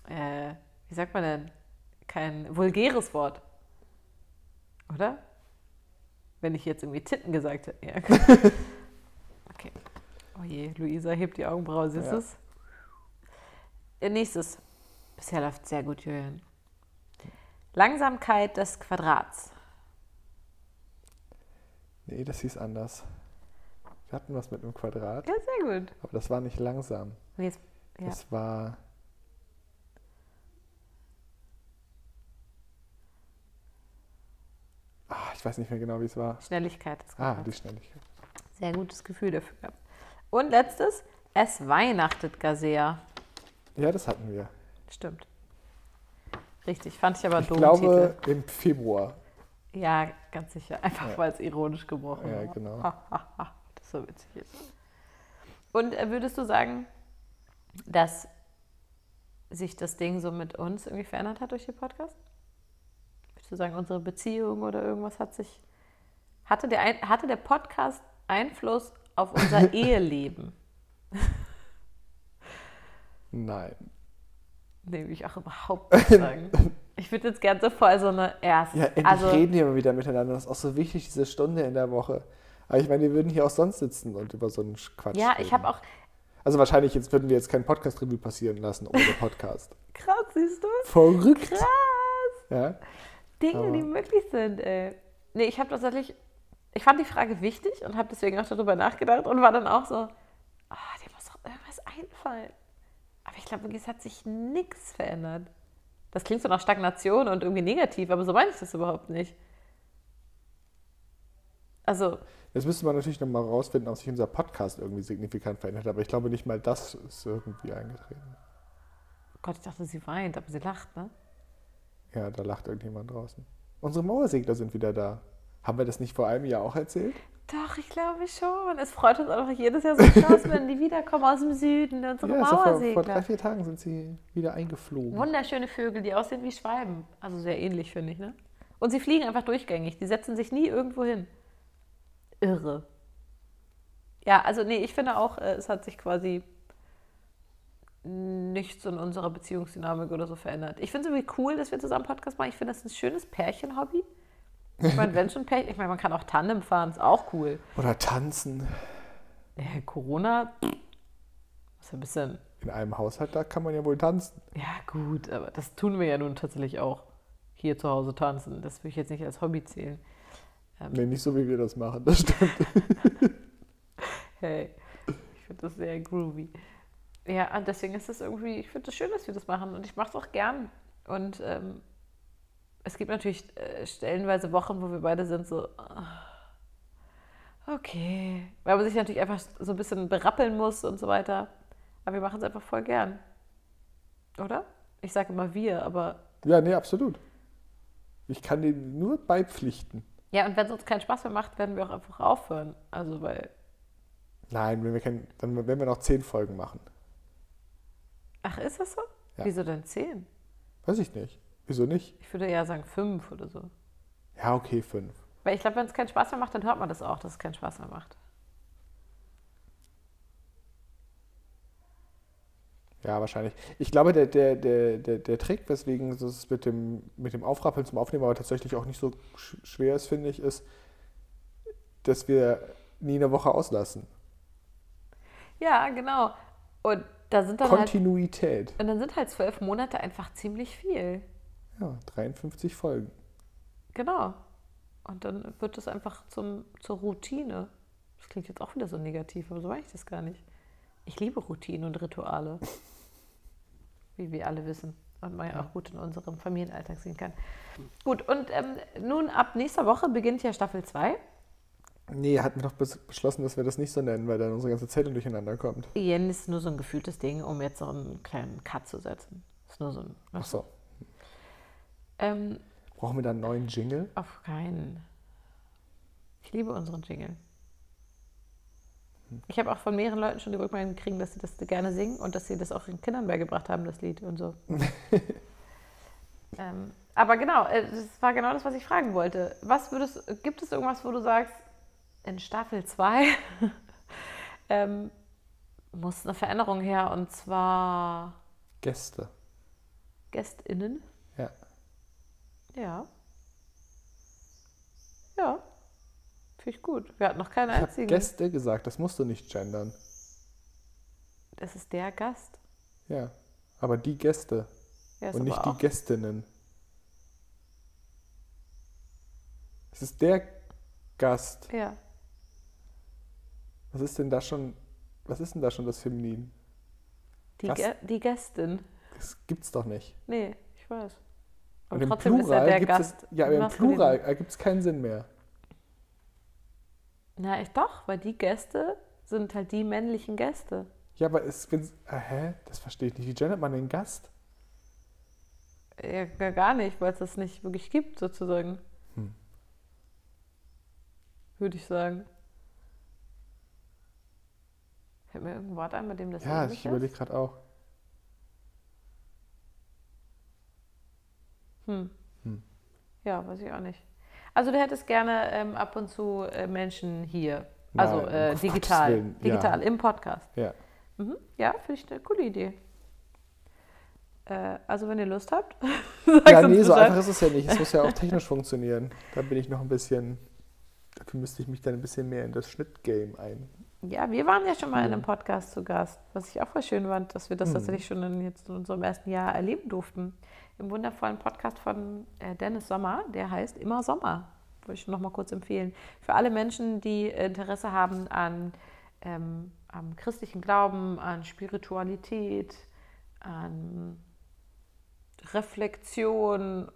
S4: äh, wie sagt man denn, kein vulgäres Wort. Oder? Wenn ich jetzt irgendwie Titten gesagt hätte. Ja, okay. okay. Oh je, Luisa hebt die Augenbraue, siehst
S5: Ja.
S4: du es? Äh, Nächstes. Bisher läuft sehr gut, Julian. Langsamkeit des Quadrats.
S5: Nee, das hieß anders. Wir hatten was mit einem Quadrat,
S4: Ja, sehr gut.
S5: aber das war nicht langsam.
S4: Nee, es- ja.
S5: Das war. Ah, ich weiß nicht mehr genau, wie es war.
S4: Schnelligkeit des
S5: Ah,
S4: Quadrats.
S5: die Schnelligkeit.
S4: sehr gutes Gefühl dafür gehabt. Und letztes, es weihnachtet gar sehr.
S5: Ja, das hatten wir.
S4: Stimmt. Richtig, fand ich aber
S5: Ich
S4: doof.
S5: glaube, im Februar.
S4: Titel. Ja, ganz sicher. Einfach
S5: Ja.
S4: weil es ironisch gebrochen
S5: Ja,
S4: war.
S5: genau.
S4: Ha, ha, ha. Das ist so witzig jetzt. Und äh, würdest du sagen, dass sich das Ding so mit uns irgendwie verändert hat durch den Podcast? Würdest du sagen, unsere Beziehung oder irgendwas hat sich. Hatte der, ein, hatte der Podcast Einfluss auf unser Eheleben?
S5: Nein.
S4: Nee, würde ich auch überhaupt nicht sagen. Ich würde jetzt gerne so voll so eine. Ja, es ist-
S5: Ja, endlich
S4: Also
S5: reden wir mal wieder miteinander. Das ist auch so wichtig, diese Stunde in der Woche. Aber ich meine, wir würden hier auch sonst sitzen und über so einen Sch- Quatsch
S4: Ja,
S5: reden.
S4: ich habe auch.
S5: Also wahrscheinlich jetzt würden wir jetzt keinen Podcast-Review passieren lassen ohne Podcast.
S4: Krass, siehst du?
S5: Verrückt.
S4: Krass!
S5: Ja.
S4: Dinge,
S5: Aber-
S4: die möglich sind, ey. Nee, ich habe tatsächlich. Ich fand die Frage wichtig und habe deswegen auch darüber nachgedacht und war dann auch so, ah, dir muss doch irgendwas einfallen. Aber ich glaube, wirklich, es hat sich nichts verändert. Das klingt so nach Stagnation und irgendwie negativ, aber so meine ich das überhaupt nicht. Also,
S5: Jetzt müsste man natürlich nochmal rausfinden, ob sich unser Podcast irgendwie signifikant verändert hat. Aber ich glaube, nicht mal das ist irgendwie eingetreten.
S4: Gott, ich dachte, sie weint, aber sie lacht, ne?
S5: Ja, da lacht irgendjemand draußen. Unsere Mauersegler sind wieder da. Haben wir das nicht vor einem Jahr auch erzählt?
S4: Doch, ich glaube schon. Es freut uns einfach jedes Jahr so krass, wenn die wiederkommen aus dem Süden, unsere
S5: ja, so vor, vor drei,
S4: Mauersegler.
S5: vier Tagen sind sie wieder eingeflogen.
S4: Wunderschöne Vögel, die aussehen wie Schwalben. Also sehr ähnlich, finde ich, ne? Und sie fliegen einfach durchgängig. Die setzen sich nie irgendwo hin. Irre. Ja, also nee, ich finde auch, äh, es hat sich quasi nichts in unserer Beziehungsdynamik oder so verändert. Ich finde es irgendwie cool, dass wir zusammen Podcast machen. Ich finde, das ist ein schönes Pärchen-Hobby. Ich meine, wenn schon Pärchen, ich meine, man kann auch Tandem fahren, ist auch cool.
S5: Oder tanzen.
S4: Äh, Corona pff, ist ein bisschen.
S5: In einem Haushalt, da kann man ja wohl tanzen.
S4: Ja, gut, aber das tun wir ja nun tatsächlich auch. Hier zu Hause tanzen. Das würde ich jetzt nicht als Hobby zählen.
S5: Nee, nicht so, wie wir das machen. Das stimmt.
S4: Hey, ich finde das sehr groovy. Ja, und deswegen ist es irgendwie, ich finde es das schön, dass wir das machen und ich mache es auch gern. Und ähm, es gibt natürlich äh, stellenweise Wochen, wo wir beide sind so, ah, okay. Weil man sich natürlich einfach so ein bisschen berappeln muss und so weiter. Aber wir machen es einfach voll gern. Oder? Ich sage immer wir, aber
S5: Ja, nee, absolut. Ich kann dem nur beipflichten.
S4: ja, und wenn es uns keinen Spaß mehr macht, werden wir auch einfach aufhören. Also, weil
S5: Nein, wenn wir kein, dann werden wir noch zehn Folgen machen.
S4: Ach, ist das so?
S5: Ja.
S4: Wieso denn 10?
S5: Weiß ich nicht. Wieso nicht?
S4: Ich würde ja sagen 5 oder so.
S5: Ja, okay, fünf.
S4: Weil ich glaube, wenn es keinen Spaß mehr macht, dann hört man das auch, dass es keinen Spaß mehr macht.
S5: Ja, wahrscheinlich. Ich glaube, der, der, der, der, der Trick, weswegen so es mit dem, mit dem Aufrappeln zum Aufnehmen aber tatsächlich auch nicht so sch schwer ist, finde ich, ist, dass wir nie eine Woche auslassen.
S4: Ja, genau. Und da sind dann halt,
S5: Kontinuität.
S4: und dann sind halt zwölf Monate einfach ziemlich viel.
S5: Ja, 53 Folgen.
S4: Genau. Und dann wird es einfach zum, zur Routine. Das klingt jetzt auch wieder so negativ, aber so meine ich das gar nicht. Ich liebe Routinen und Rituale. Wie wir alle wissen. Und man ja auch gut in unserem Familienalltag sehen kann. Gut, und ähm, nun ab nächster Woche beginnt ja Staffel 2.
S5: Nee, hatten wir doch bes- beschlossen, dass wir das nicht so nennen, weil dann unsere ganze Zelle durcheinander kommt.
S4: Jen ist nur so ein gefühltes Ding, um jetzt so einen kleinen Cut zu setzen. Ist nur so ein. ne?
S5: Ach so.
S4: Ähm,
S5: Brauchen wir da einen neuen Jingle?
S4: auf keinen. Ich liebe unseren Jingle.
S5: Hm.
S4: Ich habe auch von mehreren Leuten schon die Rückmeldung gekriegt, dass sie das gerne singen und dass sie das auch den Kindern beigebracht haben, das Lied und so. ähm, aber genau, äh, das war genau das, was ich fragen wollte. Was würdest, gibt es irgendwas, wo du sagst, in Staffel 2 ähm, muss eine Veränderung her und zwar
S5: Gäste.
S4: GästInnen?
S5: Ja.
S4: Ja. Ja. Finde ich gut. Wir hatten noch keinen
S5: Ich habe
S4: einzigen.
S5: Gäste gesagt, das musst du nicht gendern.
S4: Das ist der Gast.
S5: Ja. Aber die Gäste
S4: Ja, ist
S5: und nicht
S4: aber
S5: die Gästinnen. Es ist der Gast.
S4: auch. Ja.
S5: Was ist denn da schon, was ist denn da schon das Feminin?
S4: Die,
S5: Gast.
S4: Gä- die Gästin.
S5: Das gibt's doch nicht.
S4: Nee, ich weiß.
S5: Und
S4: Aber
S5: im
S4: trotzdem ist er
S5: Plural
S4: der
S5: gibt es,
S4: Gast.
S5: ja, aber im
S4: Maskulin.
S5: Plural ergibt es keinen Sinn mehr.
S4: Na, ich doch, weil die Gäste sind halt die männlichen Gäste.
S5: Ja, aber es, wenn's, ah, hä? Das verstehe ich nicht. Wie gendert man den Gast?
S4: Ja, gar gar nicht, weil es das nicht wirklich gibt, sozusagen.
S5: Hm.
S4: Würde ich sagen. Fällt mir irgendein Wort ein, bei dem das
S5: Ja,
S4: ähnlich
S5: ich
S4: ist?
S5: überlege gerade auch.
S4: Ja, weiß ich auch nicht. Also du hättest gerne ähm, ab und zu äh, Menschen hier. Also
S5: Nein,
S4: äh,
S5: um
S4: digital.
S5: Gottes Willen, ja.
S4: Digital, im Podcast.
S5: Ja.
S4: Mhm. Ja, finde ich eine coole Idee. Äh, also wenn ihr Lust habt, sagt
S5: Ja,
S4: uns
S5: nee, so
S4: Bescheid.
S5: einfach ist es ja nicht. Es muss ja auch technisch funktionieren. Da bin ich noch ein bisschen, dafür müsste ich mich dann ein bisschen mehr in das Schnittgame ein.
S4: Ja, wir waren ja schon mal in einem Podcast zu Gast, was ich auch voll schön fand, dass wir das tatsächlich schon in, jetzt in unserem ersten Jahr erleben durften. Im wundervollen Podcast von äh, Dennis Sommer, der heißt Immer Sommer. Wollte ich nochmal kurz empfehlen. Für alle Menschen, die Interesse haben an ähm, am christlichen Glauben, an Spiritualität, an Reflexion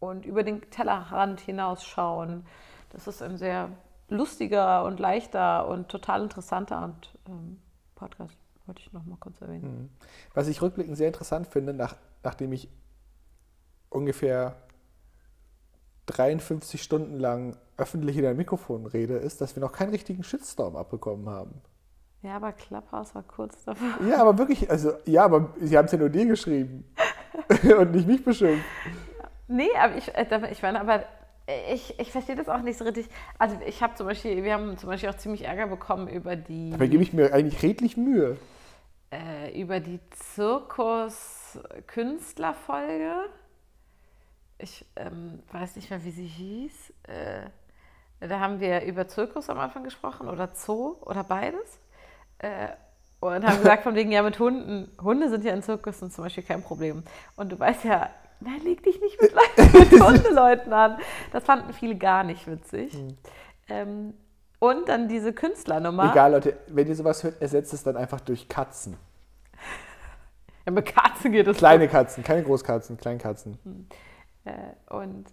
S4: und über den Tellerrand hinausschauen. Das ist ein sehr lustiger und leichter und total interessanter und, ähm, Podcast, wollte ich noch mal kurz erwähnen.
S5: Was ich rückblickend sehr interessant finde, nach, nachdem ich ungefähr 53 Stunden lang öffentlich in ein Mikrofon rede, ist, dass wir noch keinen richtigen Shitstorm abbekommen haben.
S4: Ja, aber Clubhouse war kurz davor.
S5: Ja, aber wirklich, also, ja, aber sie haben es ja nur dir geschrieben. Und nicht mich beschimpft.
S4: Nee, aber ich, äh, da- ich meine, aber äh, ich, ich verstehe das auch nicht so richtig. Also ich habe zum Beispiel, wir haben zum Beispiel auch ziemlich Ärger bekommen über die...
S5: Dabei gebe ich mir eigentlich redlich Mühe.
S4: äh, über die Zirkus-Künstler-Folge. Ich ähm, weiß nicht mehr, wie sie hieß. Äh, da haben wir über Zirkus am Anfang gesprochen oder Zoo oder beides. Äh, und haben gesagt, von wegen, ja, mit Hunden. Hunde sind ja in Zirkussen zum Beispiel kein Problem. Und du weißt ja, nein, leg dich nicht mit, Leuten, mit Hundeleuten an. Das fanden viele gar nicht witzig.
S5: Hm.
S4: Ähm, und dann diese Künstlernummer.
S5: Egal, Leute, wenn ihr sowas hört, ersetzt es dann einfach durch Katzen.
S4: Ja, mit Katzen geht es
S5: Kleine Katzen, keine Großkatzen, Kleinkatzen.
S4: Äh, und,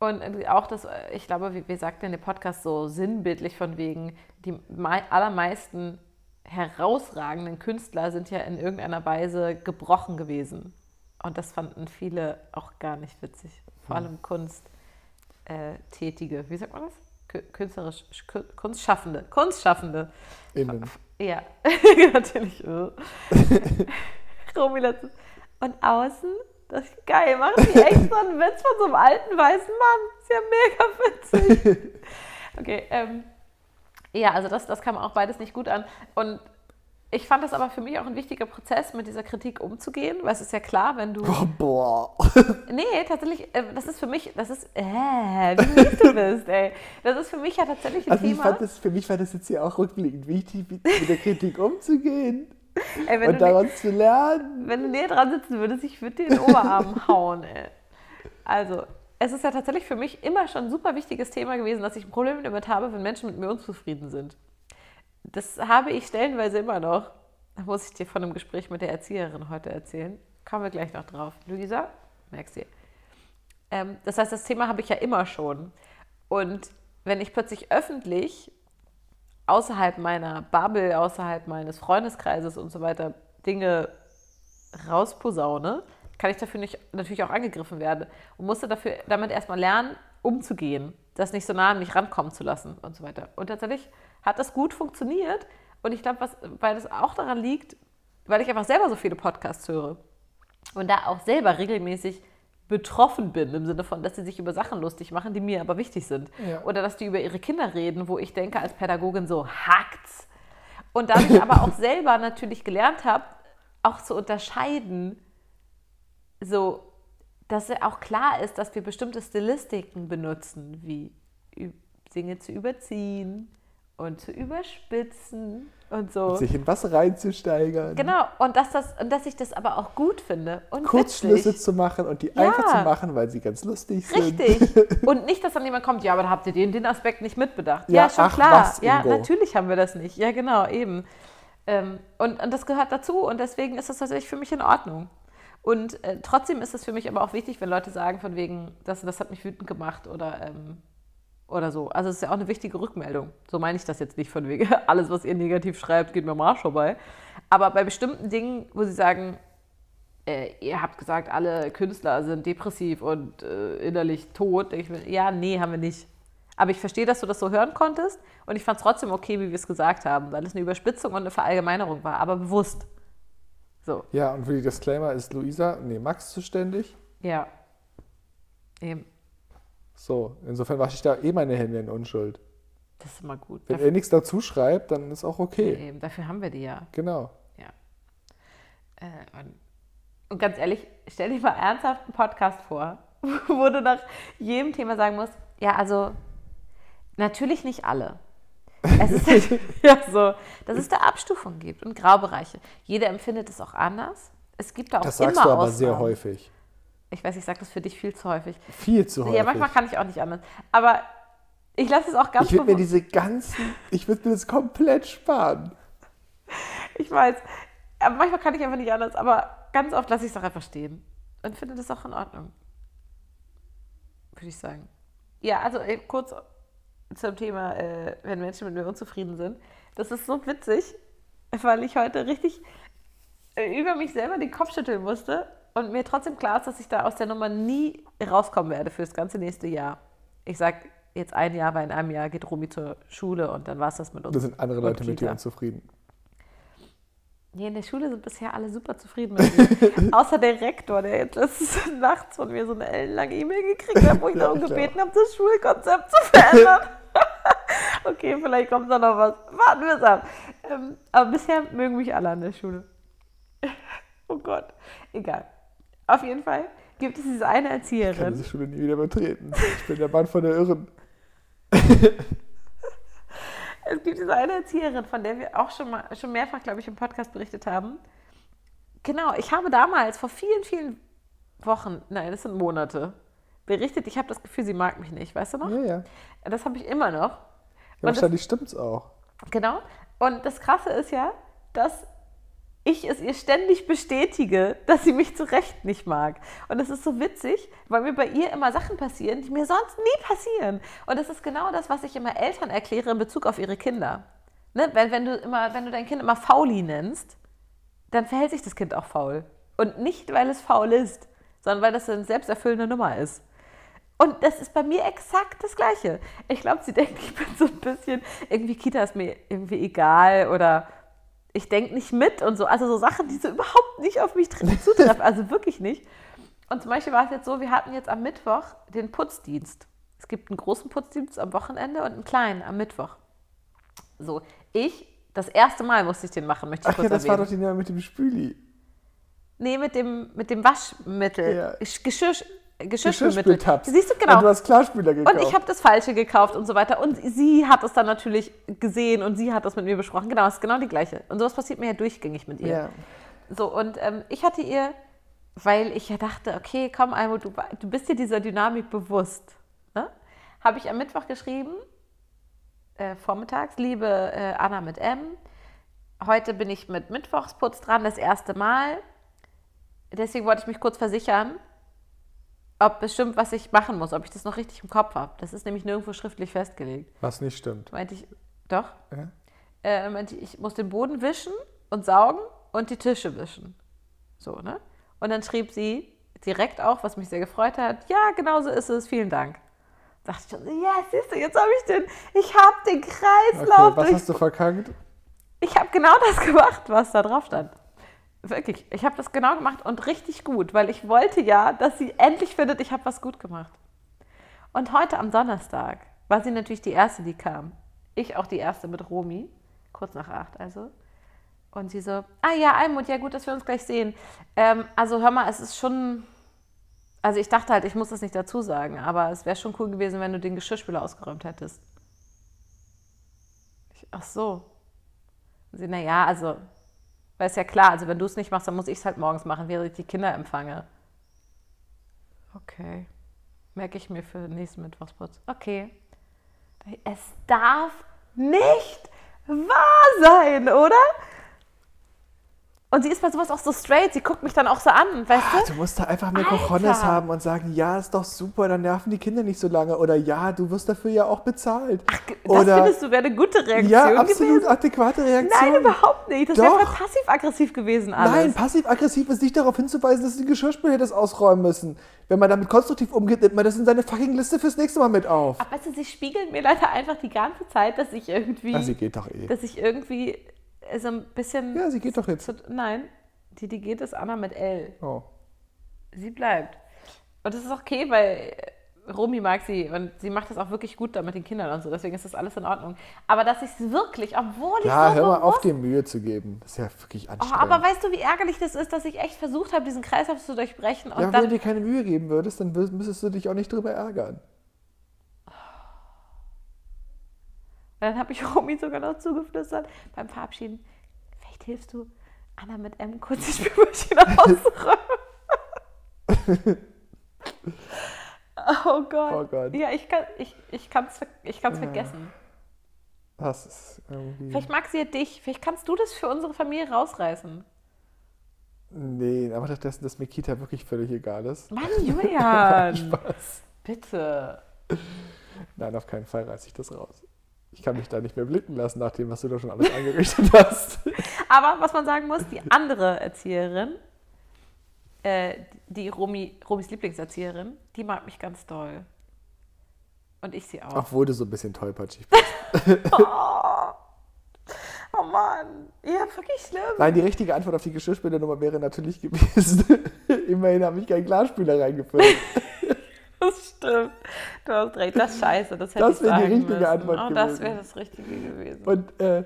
S4: und auch das, äh, ich glaube, wie, wie sagt denn der Podcast so sinnbildlich von wegen, die mei- allermeisten herausragenden Künstler sind ja in irgendeiner Weise gebrochen gewesen. Und das fanden viele auch gar nicht witzig. Vor allem Kunsttätige, wie sagt man das? Kü- Künstlerisch, Kü- Kunstschaffende, Kunstschaffende.
S5: Innen.
S4: Ja, natürlich. äh. Romy letztens. Und außen, das ist geil, machen die extra einen Witz von so einem alten weißen Mann. Ist ja mega witzig. Okay, ähm, ja, also das, das kam auch beides nicht gut an. Und ich fand das aber für mich auch ein wichtiger Prozess, mit dieser Kritik umzugehen, weil es ist ja klar, wenn du.
S5: Oh, boah.
S4: Nee, tatsächlich, äh, das ist für mich, das ist, äh, wie mies du bist, ey. Das ist für mich ja tatsächlich ein
S5: Also ich
S4: Thema.
S5: fand das, für mich war das jetzt hier auch rückblickend wichtig, mit mit der Kritik umzugehen
S4: ey, wenn
S5: und
S4: du nicht-
S5: daraus zu lernen.
S4: wenn du näher dran sitzen würdest, ich würde dir den Oberarm hauen, ey. Also, es ist ja tatsächlich für mich immer schon ein super wichtiges Thema gewesen, dass ich ein Problem damit habe, wenn Menschen mit mir unzufrieden sind. Das habe ich stellenweise immer noch. Da muss ich dir von einem Gespräch mit der Erzieherin heute erzählen. Kommen wir gleich noch drauf. Luisa, merkst dir. Ähm, das heißt, das Thema habe ich ja immer schon. Und wenn ich plötzlich öffentlich außerhalb meiner Bubble, außerhalb meines Freundeskreises und so weiter Dinge rausposaune, kann ich dafür nicht, natürlich auch angegriffen werden und musste dafür damit erstmal lernen, umzugehen, das nicht so nah an mich rankommen zu lassen und so weiter. Und tatsächlich hat das gut funktioniert und ich glaube, was weil das auch daran liegt, weil ich einfach selber so viele Podcasts höre und da auch selber regelmäßig betroffen bin, im Sinne von, dass sie sich über Sachen lustig machen, die mir aber wichtig sind.
S5: Ja.
S4: Oder dass die über ihre Kinder reden, wo ich denke als Pädagogin so, hackt's. Und dadurch aber auch selber natürlich gelernt habe, auch zu unterscheiden, so, dass ja auch klar ist, dass wir bestimmte Stilistiken benutzen, wie Ü- Dinge zu überziehen und zu überspitzen und so.
S5: Sich in was reinzusteigern,
S4: Genau, und dass, das, und dass ich das aber auch gut finde. Und
S5: Kurzschlüsse
S4: witzig.
S5: zu machen und die
S4: Ja.
S5: einfach zu machen, weil sie ganz lustig sind.
S4: Richtig. Und nicht, dass dann jemand kommt, ja, aber da habt ihr den, den Aspekt nicht mitbedacht. Ja,
S5: Ja,
S4: schon
S5: ach
S4: klar.
S5: was,
S4: ja,
S5: Ingo.
S4: natürlich haben wir das nicht. Ja, genau, eben. Ähm, und, und das gehört dazu und deswegen ist das tatsächlich für mich in Ordnung. Und äh, trotzdem ist es für mich aber auch wichtig, wenn Leute sagen, von wegen, das, und das hat mich wütend gemacht oder, ähm, oder so. Also es ist ja auch eine wichtige Rückmeldung. So meine ich das jetzt nicht von wegen, alles, was ihr negativ schreibt, geht mir am Arsch vorbei. Aber bei bestimmten Dingen, wo sie sagen, äh, ihr habt gesagt, alle Künstler sind depressiv und äh, innerlich tot. Denke ich mir, ja, nee, haben wir nicht. Aber ich verstehe, dass du das so hören konntest und ich fand es trotzdem okay, wie wir es gesagt haben, weil es eine Überspitzung und eine Verallgemeinerung war, aber bewusst. So,
S5: Ja, und für die Disclaimer ist Luisa, nee, Max zuständig.
S4: ja. Eben,
S5: So, insofern wasche ich da eh meine Hände in Unschuld.
S4: das ist immer gut.
S5: Wenn
S4: Dafür,
S5: er nichts dazu schreibt, dann ist auch okay.
S4: eben, dafür haben wir die ja.
S5: Genau.
S4: Ja. Äh, und, und ganz ehrlich, stell dir mal ernsthaft einen Podcast vor, wo du nach jedem Thema sagen musst, ja, also natürlich nicht alle. Es ist halt, ja so, dass es da Abstufungen gibt und Graubereiche. Jeder empfindet es auch anders. Es gibt da auch
S5: Das
S4: immer
S5: sagst du aber
S4: Ausnahmen.
S5: sehr häufig.
S4: Ich weiß, ich sage das für dich viel zu häufig.
S5: Viel zu häufig.
S4: Ja, manchmal kann ich auch nicht anders. Aber ich lasse es auch ganz
S5: ich würde mir
S4: bewusst-
S5: diese ganzen, ich würde mir das komplett sparen.
S4: Ich weiß. Aber manchmal kann ich einfach nicht anders, aber ganz oft lasse ich es auch einfach stehen und finde das auch in Ordnung. Würde ich sagen. Ja, also äh, kurz zum Thema, äh, wenn Menschen mit mir unzufrieden sind. Das ist so witzig, weil ich heute richtig äh, über mich selber den Kopf schütteln musste und mir trotzdem klar ist, dass ich da aus der Nummer nie rauskommen werde für das ganze nächste Jahr. Ich sag jetzt ein Jahr, weil in einem Jahr geht Romy zur Schule und dann war es das mit uns.
S5: Da sind andere
S4: und
S5: Leute mit dir
S4: Kita.
S5: unzufrieden.
S4: Nee, in der Schule sind bisher alle super zufrieden mit mir. Außer der Rektor, der jetzt letztes nachts von mir so eine ellenlange E-Mail gekriegt hat, wo ich
S5: Ja,
S4: darum
S5: ich
S4: gebeten habe, das Schulkonzept zu verändern. okay, vielleicht kommt da noch was. Warten wir es ab. Ähm, aber bisher mögen mich alle an der Schule. oh Gott. Egal. Auf jeden Fall gibt es diese eine
S5: Ich kann
S4: Erzieherin.
S5: diese Schule nie wieder betreten. Ich bin der Mann von der Irren.
S4: Es gibt diese eine Erzieherin, von der wir auch schon, mal, schon mehrfach, glaube ich, im Podcast berichtet haben. Genau, ich habe damals vor vielen, vielen Wochen, nein, das sind Monate, berichtet, ich habe das Gefühl, sie mag mich nicht, weißt du noch?
S5: Ja, ja.
S4: Das habe ich immer noch.
S5: ja
S4: Und das-
S5: wahrscheinlich stimmt's auch.
S4: Genau. Und das Krasse ist ja, dass ich es ihr ständig bestätige, dass sie mich zu Recht nicht mag. Und das ist so witzig, weil mir bei ihr immer Sachen passieren, die mir sonst nie passieren. Und das ist genau das, was ich immer Eltern erkläre in Bezug auf ihre Kinder. Ne? Wenn, wenn, du immer, wenn du dein Kind immer Fauli nennst, dann verhält sich das Kind auch faul. Und nicht, weil es faul ist, sondern weil das eine selbsterfüllende Nummer ist. Und das ist bei mir exakt das Gleiche. Ich glaube, sie denkt, ich bin so ein bisschen, irgendwie Kita ist mir irgendwie egal oder ich denke nicht mit und so. Also so Sachen, die so überhaupt nicht auf mich tre- zutreffen. Also wirklich nicht. Und zum Beispiel war es jetzt so, wir hatten jetzt am Mittwoch den Putzdienst. Es gibt einen großen Putzdienst am Wochenende und einen kleinen am Mittwoch. So, ich, das erste Mal musste ich den machen, möchte ich
S5: Ach
S4: kurz
S5: ja, das war
S4: erwähnen.
S5: doch die Nummer mit dem Spüli.
S4: Nee, mit dem, mit dem Waschmittel.
S5: Ja.
S4: Gesch- Geschirr, Geschirrspülmittel.
S5: Geschirrspültabs.
S4: Siehst du,
S5: Und du
S4: genau.
S5: hast Klarspüler gekauft.
S4: Und ich habe das Falsche gekauft und so weiter. Und sie hat es dann natürlich gesehen und sie hat das mit mir besprochen. Genau, es ist genau die gleiche. Und sowas passiert mir ja durchgängig mit ihr.
S5: ja.
S4: So, und ähm, ich hatte ihr, weil ich ja dachte, okay, komm, Almut, du, du bist dir dieser Dynamik bewusst. Ne? Habe ich am Mittwoch geschrieben, äh, vormittags, liebe äh, Anna mit M, heute bin ich mit Mittwochsputz dran, das erste Mal. Deswegen wollte ich mich kurz versichern, ob bestimmt, was ich machen muss, ob ich das noch richtig im Kopf habe. Das ist nämlich nirgendwo schriftlich festgelegt.
S5: Was nicht stimmt.
S4: Meinte ich, doch.
S5: Ja.
S4: Äh, meinte ich, ich muss den Boden wischen und saugen und die Tische wischen. So, ne? Und dann schrieb sie direkt auch, was mich sehr gefreut hat, ja, genau so ist es, vielen Dank. Dachte ich schon, so, ja, siehst du, jetzt habe ich den, ich habe den
S5: Okay,
S4: Kreislauf
S5: was
S4: durch.
S5: hast du verkackt?
S4: Ich habe genau das gemacht, was da drauf stand. Wirklich, ich habe das genau gemacht und richtig gut, weil ich wollte ja, dass sie endlich findet, ich habe was gut gemacht. Und heute am Donnerstag war sie natürlich die Erste, die kam. Ich auch die Erste mit Romi, kurz nach acht also. Und sie so, ah ja, Almut, ja gut, dass wir uns gleich sehen. Ähm, also hör mal, es ist schon, also ich dachte halt, ich muss das nicht dazu sagen, aber es wäre schon cool gewesen, wenn du den Geschirrspüler ausgeräumt hättest. Ich, ach so, und sie, naja, also, weil es ja klar, also wenn du es nicht machst, dann muss ich es halt morgens machen, während ich die Kinder empfange. Okay. Merke ich mir für den nächsten Mittwochsputz. Okay. Es darf nicht wahr sein, oder? Und sie ist bei sowas auch so straight. Sie guckt mich dann auch so an, weißt du?
S5: Ah, Du musst da einfach mehr Cojones
S4: Alter.
S5: haben und sagen, ja, ist doch super, dann nerven die Kinder nicht so lange. Oder ja, du wirst dafür ja auch bezahlt. Ach,
S4: Das
S5: Oder
S4: findest du wäre eine gute Reaktion
S5: ja, absolut
S4: gewesen?
S5: adäquate Reaktion.
S4: Nein, überhaupt nicht. Das wäre
S5: Doch.
S4: voll passiv-aggressiv gewesen alles.
S5: Nein, passiv-aggressiv ist nicht darauf hinzuweisen, dass du die Geschirrspüler hättest ausräumen müssen. Wenn man damit konstruktiv umgeht, nimmt man das in seine fucking Liste fürs nächste Mal mit auf.
S4: Aber weißt du, sie spiegeln mir leider einfach die ganze Zeit, dass ich irgendwie...
S5: Ah, sie geht doch eh.
S4: dass ich irgendwie äh, so ein bisschen.
S5: Ja, sie geht doch jetzt.
S4: zu, nein, die, die geht ist Anna mit L.
S5: Oh.
S4: Sie bleibt. Und das ist okay, weil Romy mag sie und sie macht das auch wirklich gut da mit den Kindern und so. Deswegen ist das alles in Ordnung. Aber dass ich es wirklich, obwohl ich
S5: Ja,
S4: so
S5: hör mal auf,
S4: bewusst-
S5: dir Mühe zu geben. Das ist ja wirklich
S4: Oh,
S5: anstrengend.
S4: aber weißt du, wie ärgerlich das ist, dass ich echt versucht habe, diesen Kreislauf zu durchbrechen und
S5: ja, wenn du
S4: dann
S5: dir keine Mühe geben würdest, dann wür- müsstest du dich auch nicht drüber ärgern.
S4: Und dann habe ich Romy sogar noch zugeflüstert beim Verabschieden. Vielleicht hilfst du Anna mit M kurz die Spülmaschine ausräumen. oh Gott.
S5: Oh Gott. Ah. Hm.
S4: Ja, ich kann es ich, ich kann's, ver- ich kann's vergessen.
S5: Das ist irgendwie.
S4: Vielleicht mag sie ja dich. Vielleicht kannst du das für unsere Familie rausreißen.
S5: Nee, aber stattdessen, dass Mikita wirklich völlig egal ist.
S4: Mann, Julian. Bitte.
S5: Nein, auf keinen Fall reiße ich das raus. Ich kann mich da nicht mehr blicken lassen, nach dem, was du da schon alles angerichtet hast.
S4: Aber was man sagen muss, die andere Erzieherin, äh, die Romy, Romys Lieblingserzieherin, die mag mich ganz doll. Und ich sie auch.
S5: Obwohl du so ein bisschen tollpatschig bist.
S4: Oh Mann, ja, wirklich schlimm.
S5: Nein, die richtige Antwort auf die Geschirrspülernummer wäre natürlich gewesen. Immerhin habe ich keinen Glasspüler reingefüllt.
S4: Das stimmt. Du hast recht, das ist scheiße. Das hätte
S5: Das
S4: ich
S5: wäre die
S4: sagen
S5: richtige
S4: müssen.
S5: Antwort
S4: oh, Das
S5: gewesen.
S4: wäre das Richtige gewesen.
S5: Und äh,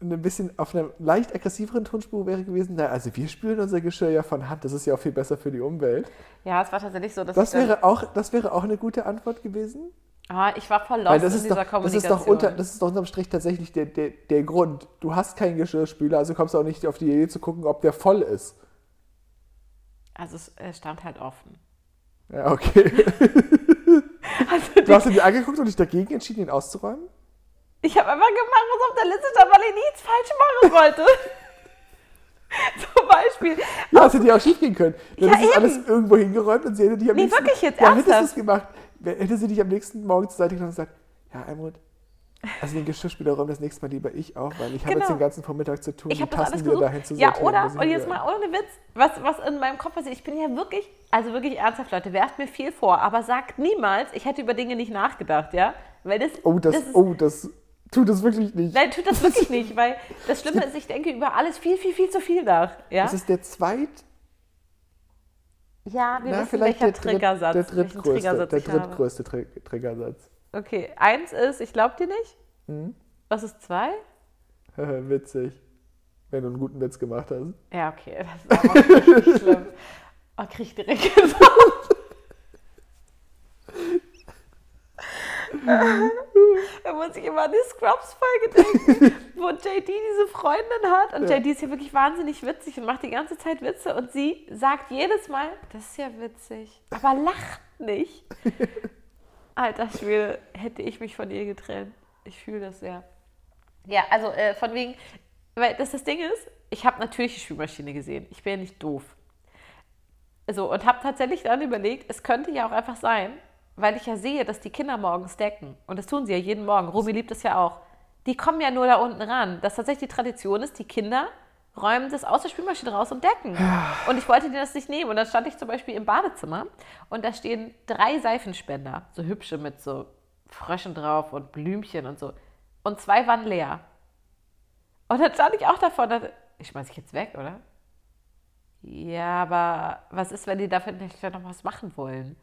S5: ein bisschen auf einer leicht aggressiveren Tonspur wäre gewesen, na, also wir spülen unser Geschirr ja von Hand, das ist ja auch viel besser für die Umwelt.
S4: ja, es war tatsächlich so, dass
S5: Das
S4: ich, dann-
S5: wäre auch, das wäre auch eine gute Antwort gewesen.
S4: ah, ich war voll
S5: Weil
S4: lost
S5: das
S4: in
S5: ist,
S4: dieser
S5: doch, das, ist
S4: Kommunikation.
S5: doch unter, das ist doch unterm Strich tatsächlich der, der, der Grund. Du hast keinen Geschirrspüler, also kommst du auch nicht auf die Idee zu gucken, ob der voll ist.
S4: also es äh, stand halt offen.
S5: Ja, okay.
S4: Also
S5: Du
S4: die,
S5: hast ihn dir angeguckt und dich dagegen entschieden, ihn auszuräumen?
S4: ich habe einfach gemacht, was auf der Liste stand, weil ich nichts falsch machen wollte. Zum Beispiel.
S5: Ja, das hätte ja auch schief gehen können. Dann
S4: Ja,
S5: ist das
S4: eben.
S5: alles irgendwo hingeräumt und sie hätte dich am
S4: Nee,
S5: nächsten
S4: wirklich jetzt,
S5: Ja, hättest du es
S4: ernsthaft?
S5: gemacht, hätte sie dich am nächsten Morgen zur Seite genommen und gesagt, ja, Almut, also den Geschirrspüler räume das nächste Mal lieber ich auf, weil ich habe jetzt
S4: Genau.
S5: den ganzen Vormittag zu tun,
S4: Ich
S5: die
S4: habe das
S5: Tassen
S4: alles
S5: wieder
S4: versucht.
S5: dahin zu
S4: Ja,
S5: sortieren.
S4: oder?
S5: dass ich
S4: Und jetzt
S5: wieder-
S4: mal ohne Witz, was, was in meinem Kopf passiert. Ich bin ja wirklich, also wirklich ernsthaft, Leute, werft mir viel vor, aber sagt niemals, ich hätte über Dinge nicht nachgedacht, ja? Weil das,
S5: Oh, das,
S4: ist,
S5: oh, das, Tut es wirklich nicht.
S4: Nein, tut das wirklich nicht, weil das Schlimme ist, ich denke über alles viel, viel, viel zu viel nach. Ja,
S5: Das ist der zweit,
S4: ja wir
S5: na,
S4: wissen,
S5: vielleicht
S4: welcher
S5: der, dritt,
S4: Triggersatz, welchen
S5: der drittgrößte,
S4: Triggersatz
S5: der
S4: ich habe.
S5: drittgrößte Tri- Triggersatz.
S4: Okay, eins ist, ich glaub dir nicht.
S5: Hm?
S4: Was ist zwei?
S5: Witzig. Wenn du einen guten Witz gemacht hast.
S4: Ja, okay, das ist aber richtig schlimm. Oh, krieg ich direkt gesagt. da muss ich immer an die Scrubs-Folge denken, wo JD diese Freundin hat. Und
S5: Ja.
S4: JD ist ja wirklich wahnsinnig witzig und macht die ganze Zeit Witze. Und sie sagt jedes Mal, das ist ja witzig, aber lacht nicht. Alter Schwede, hätte ich mich von ihr getrennt. Ich fühle das sehr. Ja, also äh, von wegen, weil das das Ding ist, ich habe natürlich die Spülmaschine gesehen. Ich bin ja nicht doof. So, und habe tatsächlich dann überlegt, es könnte ja auch einfach sein, weil ich ja sehe, dass die Kinder morgens decken. Und das tun sie ja jeden Morgen. Ruby liebt es ja auch. Die kommen ja nur da unten ran. Dass tatsächlich die Tradition ist, die Kinder räumen das aus der Spülmaschine raus und decken. Und ich wollte dir das nicht nehmen. Und dann stand ich zum Beispiel im Badezimmer und da stehen drei Seifenspender, so hübsche mit so Fröschen drauf und Blümchen und so. Und zwei waren leer. Und dann stand ich auch davor und dachte, ich schmeiß ich jetzt weg, oder? Ja, aber was ist, wenn die dafür vielleicht noch was machen wollen?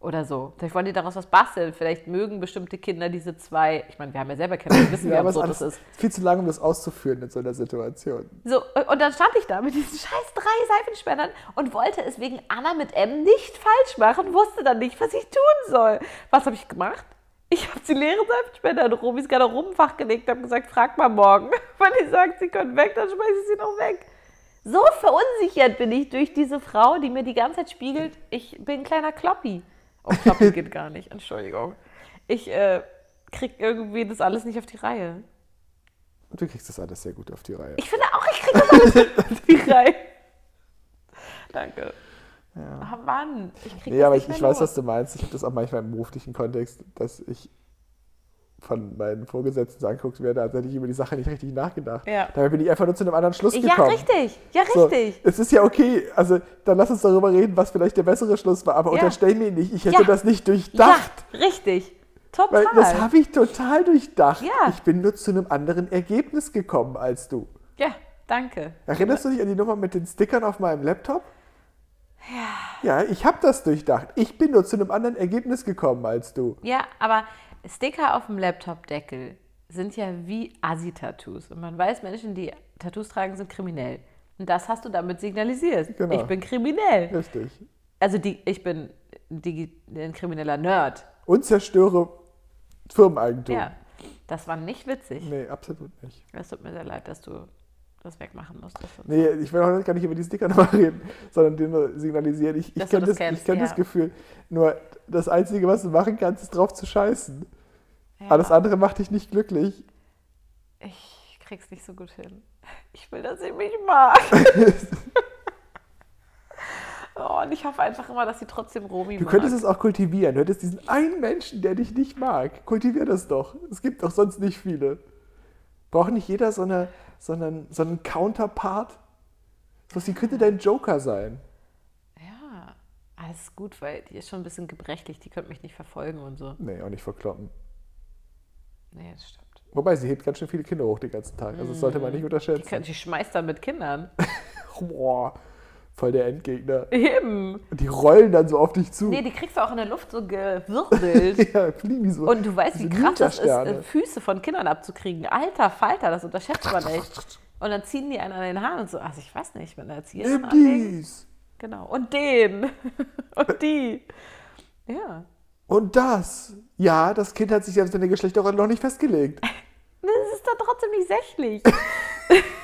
S4: Oder so. Vielleicht wollen die daraus was basteln. Vielleicht mögen bestimmte Kinder diese zwei. Ich meine, wir haben ja selber Kinder, wir wissen ja, wie
S5: aber es
S4: absurd das
S5: alles
S4: ist.
S5: viel zu lange, um das auszuführen in so einer Situation.
S4: So, und dann stand ich da mit diesen scheiß drei Seifenspendern und wollte es wegen Anna mit M nicht falsch machen, wusste dann nicht, was ich tun soll. Was habe ich gemacht? Ich habe die leeren Seifenspender in Robis Garderobenfach gelegt und habe gesagt, frag mal morgen. Wenn die sagt, sie können weg, dann schmeiße ich sie noch weg. So verunsichert bin ich durch diese Frau, die mir die ganze Zeit spiegelt, ich bin ein kleiner Kloppi. Oh, Kloppi geht gar nicht, Entschuldigung. Ich äh, krieg irgendwie das alles nicht auf die Reihe.
S5: Du kriegst das alles sehr gut auf die Reihe.
S4: Ich finde auch, ich kriege das alles auf die Reihe. Danke. Ah Mann, ich kriege
S5: Nee,
S4: das
S5: aber
S4: nicht
S5: ich,
S4: mehr
S5: ich
S4: los.
S5: weiß, was du meinst. Ich habe das auch manchmal im beruflichen Kontext, dass ich von meinen Vorgesetzten so angeguckt werde, als hätte ich über die Sache nicht richtig nachgedacht.
S4: Ja.
S5: Dabei bin ich einfach nur zu einem anderen Schluss
S4: Ja,
S5: gekommen.
S4: richtig. Ja,
S5: So,
S4: richtig.
S5: es ist ja okay. Also, dann lass uns darüber reden, was vielleicht der bessere Schluss war. Aber
S4: Ja.
S5: unterstell mir nicht, ich hätte
S4: Ja.
S5: das nicht durchdacht.
S4: Ja, richtig.
S5: Weil
S4: Total.
S5: das habe ich total durchdacht.
S4: Ja.
S5: Ich bin nur zu einem anderen Ergebnis gekommen als du.
S4: ja, danke.
S5: Erinnerst du dich an die Nummer mit den Stickern auf meinem Laptop? Ja. Ja, ich habe das durchdacht. Ich bin nur zu einem anderen Ergebnis gekommen als du.
S4: Ja, aber Sticker auf dem Laptop-Deckel sind ja wie Assi-Tattoos. Und man weiß, Menschen, die Tattoos tragen, sind kriminell. Und das hast du damit signalisiert.
S5: Genau.
S4: Ich bin kriminell.
S5: Richtig.
S4: Also die, ich bin digi- ein krimineller Nerd.
S5: Und zerstöre Firmeneigentum.
S4: Ja, das war nicht witzig.
S5: Nee, absolut nicht.
S4: Es tut mir sehr leid, dass du das wegmachen musstest.
S5: Nee, ich will auch gar nicht über die Sticker nochmal reden, sondern dir nur signalisieren, ich, ich
S4: Dass du
S5: kenne
S4: das
S5: das, ich
S4: kennst,
S5: kenn
S4: ja.
S5: das Gefühl. Nur das Einzige, was du machen kannst, ist drauf zu scheißen. Alles andere macht dich nicht glücklich.
S4: Ich krieg's nicht so gut hin. Ich will, dass sie mich mag. oh, und ich hoffe einfach immer, dass sie trotzdem Romy
S5: Du
S4: mag.
S5: könntest es auch kultivieren. Du hättest diesen einen Menschen, der dich nicht mag. Kultivier das doch. Es gibt doch sonst nicht viele. Braucht nicht jeder so, eine, so, einen, so einen Counterpart? So, sie könnte dein Joker sein.
S4: ja, alles gut, weil die ist schon ein bisschen gebrechlich. Die könnte mich nicht verfolgen und so.
S5: Nee, auch nicht verkloppen.
S4: Nee, das stimmt.
S5: Wobei, sie hebt ganz schön viele Kinder hoch den ganzen Tag. Also, das sollte man nicht
S4: Mhm. Die,
S5: unterschätzen.
S4: kann, die schmeißt dann mit Kindern.
S5: Boah, voll der Endgegner.
S4: Eben.
S5: Und die rollen dann so auf dich zu.
S4: Nee, die kriegst du auch in der Luft so gewirbelt.
S5: ja, fliegen wie so.
S4: Und du weißt, wie
S5: diese
S4: krass das ist,
S5: Ninja-Sterne.
S4: äh, Füße von Kindern abzukriegen. Alter Falter, das unterschätzt man echt. Und dann ziehen die einen an den Haaren und so, also ich weiß nicht, mit einer Erzieherin
S5: Nimm
S4: anlegen.
S5: dies
S4: Genau. Und den. und die. Ja.
S5: und das. Ja, das Kind hat sich selbst seine Geschlechterrolle noch nicht festgelegt.
S4: Das ist dann trotzdem nicht sächlich.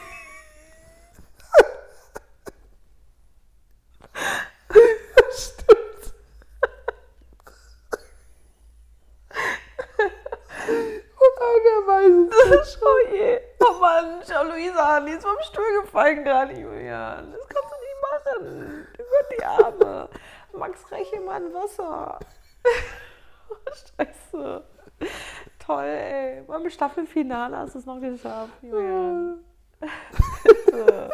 S5: Wer weiß es.
S4: oh je. Oh Mann, schau Luisa an, die ist vom Stuhl gefallen gerade, Julian. Das kannst du nicht machen. Du Gott, die Arme. Max, reiche mal ein Wasser. Oh, Scheiße. Toll, ey. Beim Staffelfinale hast du es noch geschafft, Julian. Bitte.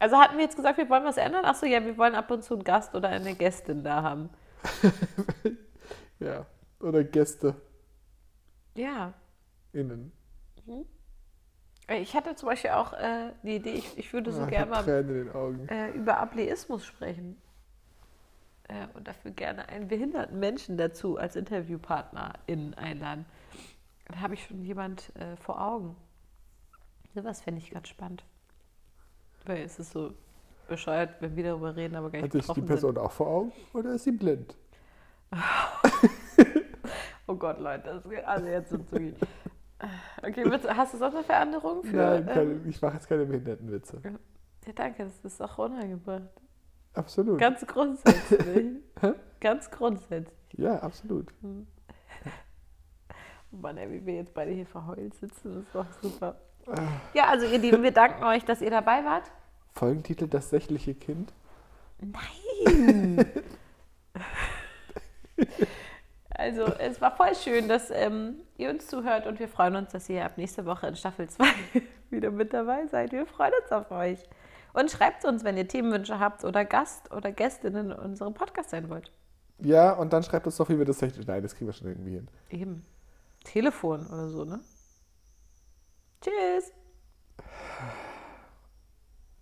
S4: Also hatten wir jetzt gesagt, wir wollen was ändern? Achso, ja, wir wollen ab und zu einen Gast oder eine Gästin da haben.
S5: Ja. Oder Gäste
S4: Ja.
S5: innen.
S4: Ich hatte zum Beispiel auch äh, die Idee, ich, ich würde so
S5: Ah, ich
S4: gerne
S5: hab
S4: mal
S5: Tränen in den Augen.
S4: äh, über Ableismus sprechen. Äh, und dafür gerne einen behinderten Menschen dazu als InterviewpartnerInnen einladen. Dann habe ich schon jemand äh, vor Augen. Sowas fände ich ganz spannend. Weil es ist so bescheuert, wenn wir darüber reden, aber gar nicht
S5: Hat sich Also die
S4: betroffen
S5: Person auch vor Augen oder ist sie blind?
S4: sind. Oh Gott, Leute, das geht also jetzt sind zugehen. Okay, willst- hast du sonst eine Veränderung für?
S5: Nein, keine,
S4: ähm,
S5: ich mache jetzt keine Behindertenwitze.
S4: ja, danke, das ist auch unangebracht.
S5: Absolut.
S4: Ganz grundsätzlich. Ganz grundsätzlich.
S5: Ja, absolut.
S4: Oh Mann, ey, wie wir jetzt beide hier verheult sitzen, das ist doch super. Ja, also ihr Lieben, wir danken euch, dass ihr dabei wart.
S5: Folgentitel Das sächliche Kind.
S4: Also es war voll schön, dass ähm, ihr uns zuhört und wir freuen uns, dass ihr ab nächste Woche in Staffel 2 wieder mit dabei seid. Wir freuen uns auf euch. Und schreibt uns, wenn ihr Themenwünsche habt oder Gast oder Gästinnen in unserem Podcast sein wollt.
S5: Ja, und dann schreibt uns doch, wie wir das sächliche... Nein, das kriegen wir schon irgendwie hin.
S4: Eben. Telefon oder so, ne? Tschüss.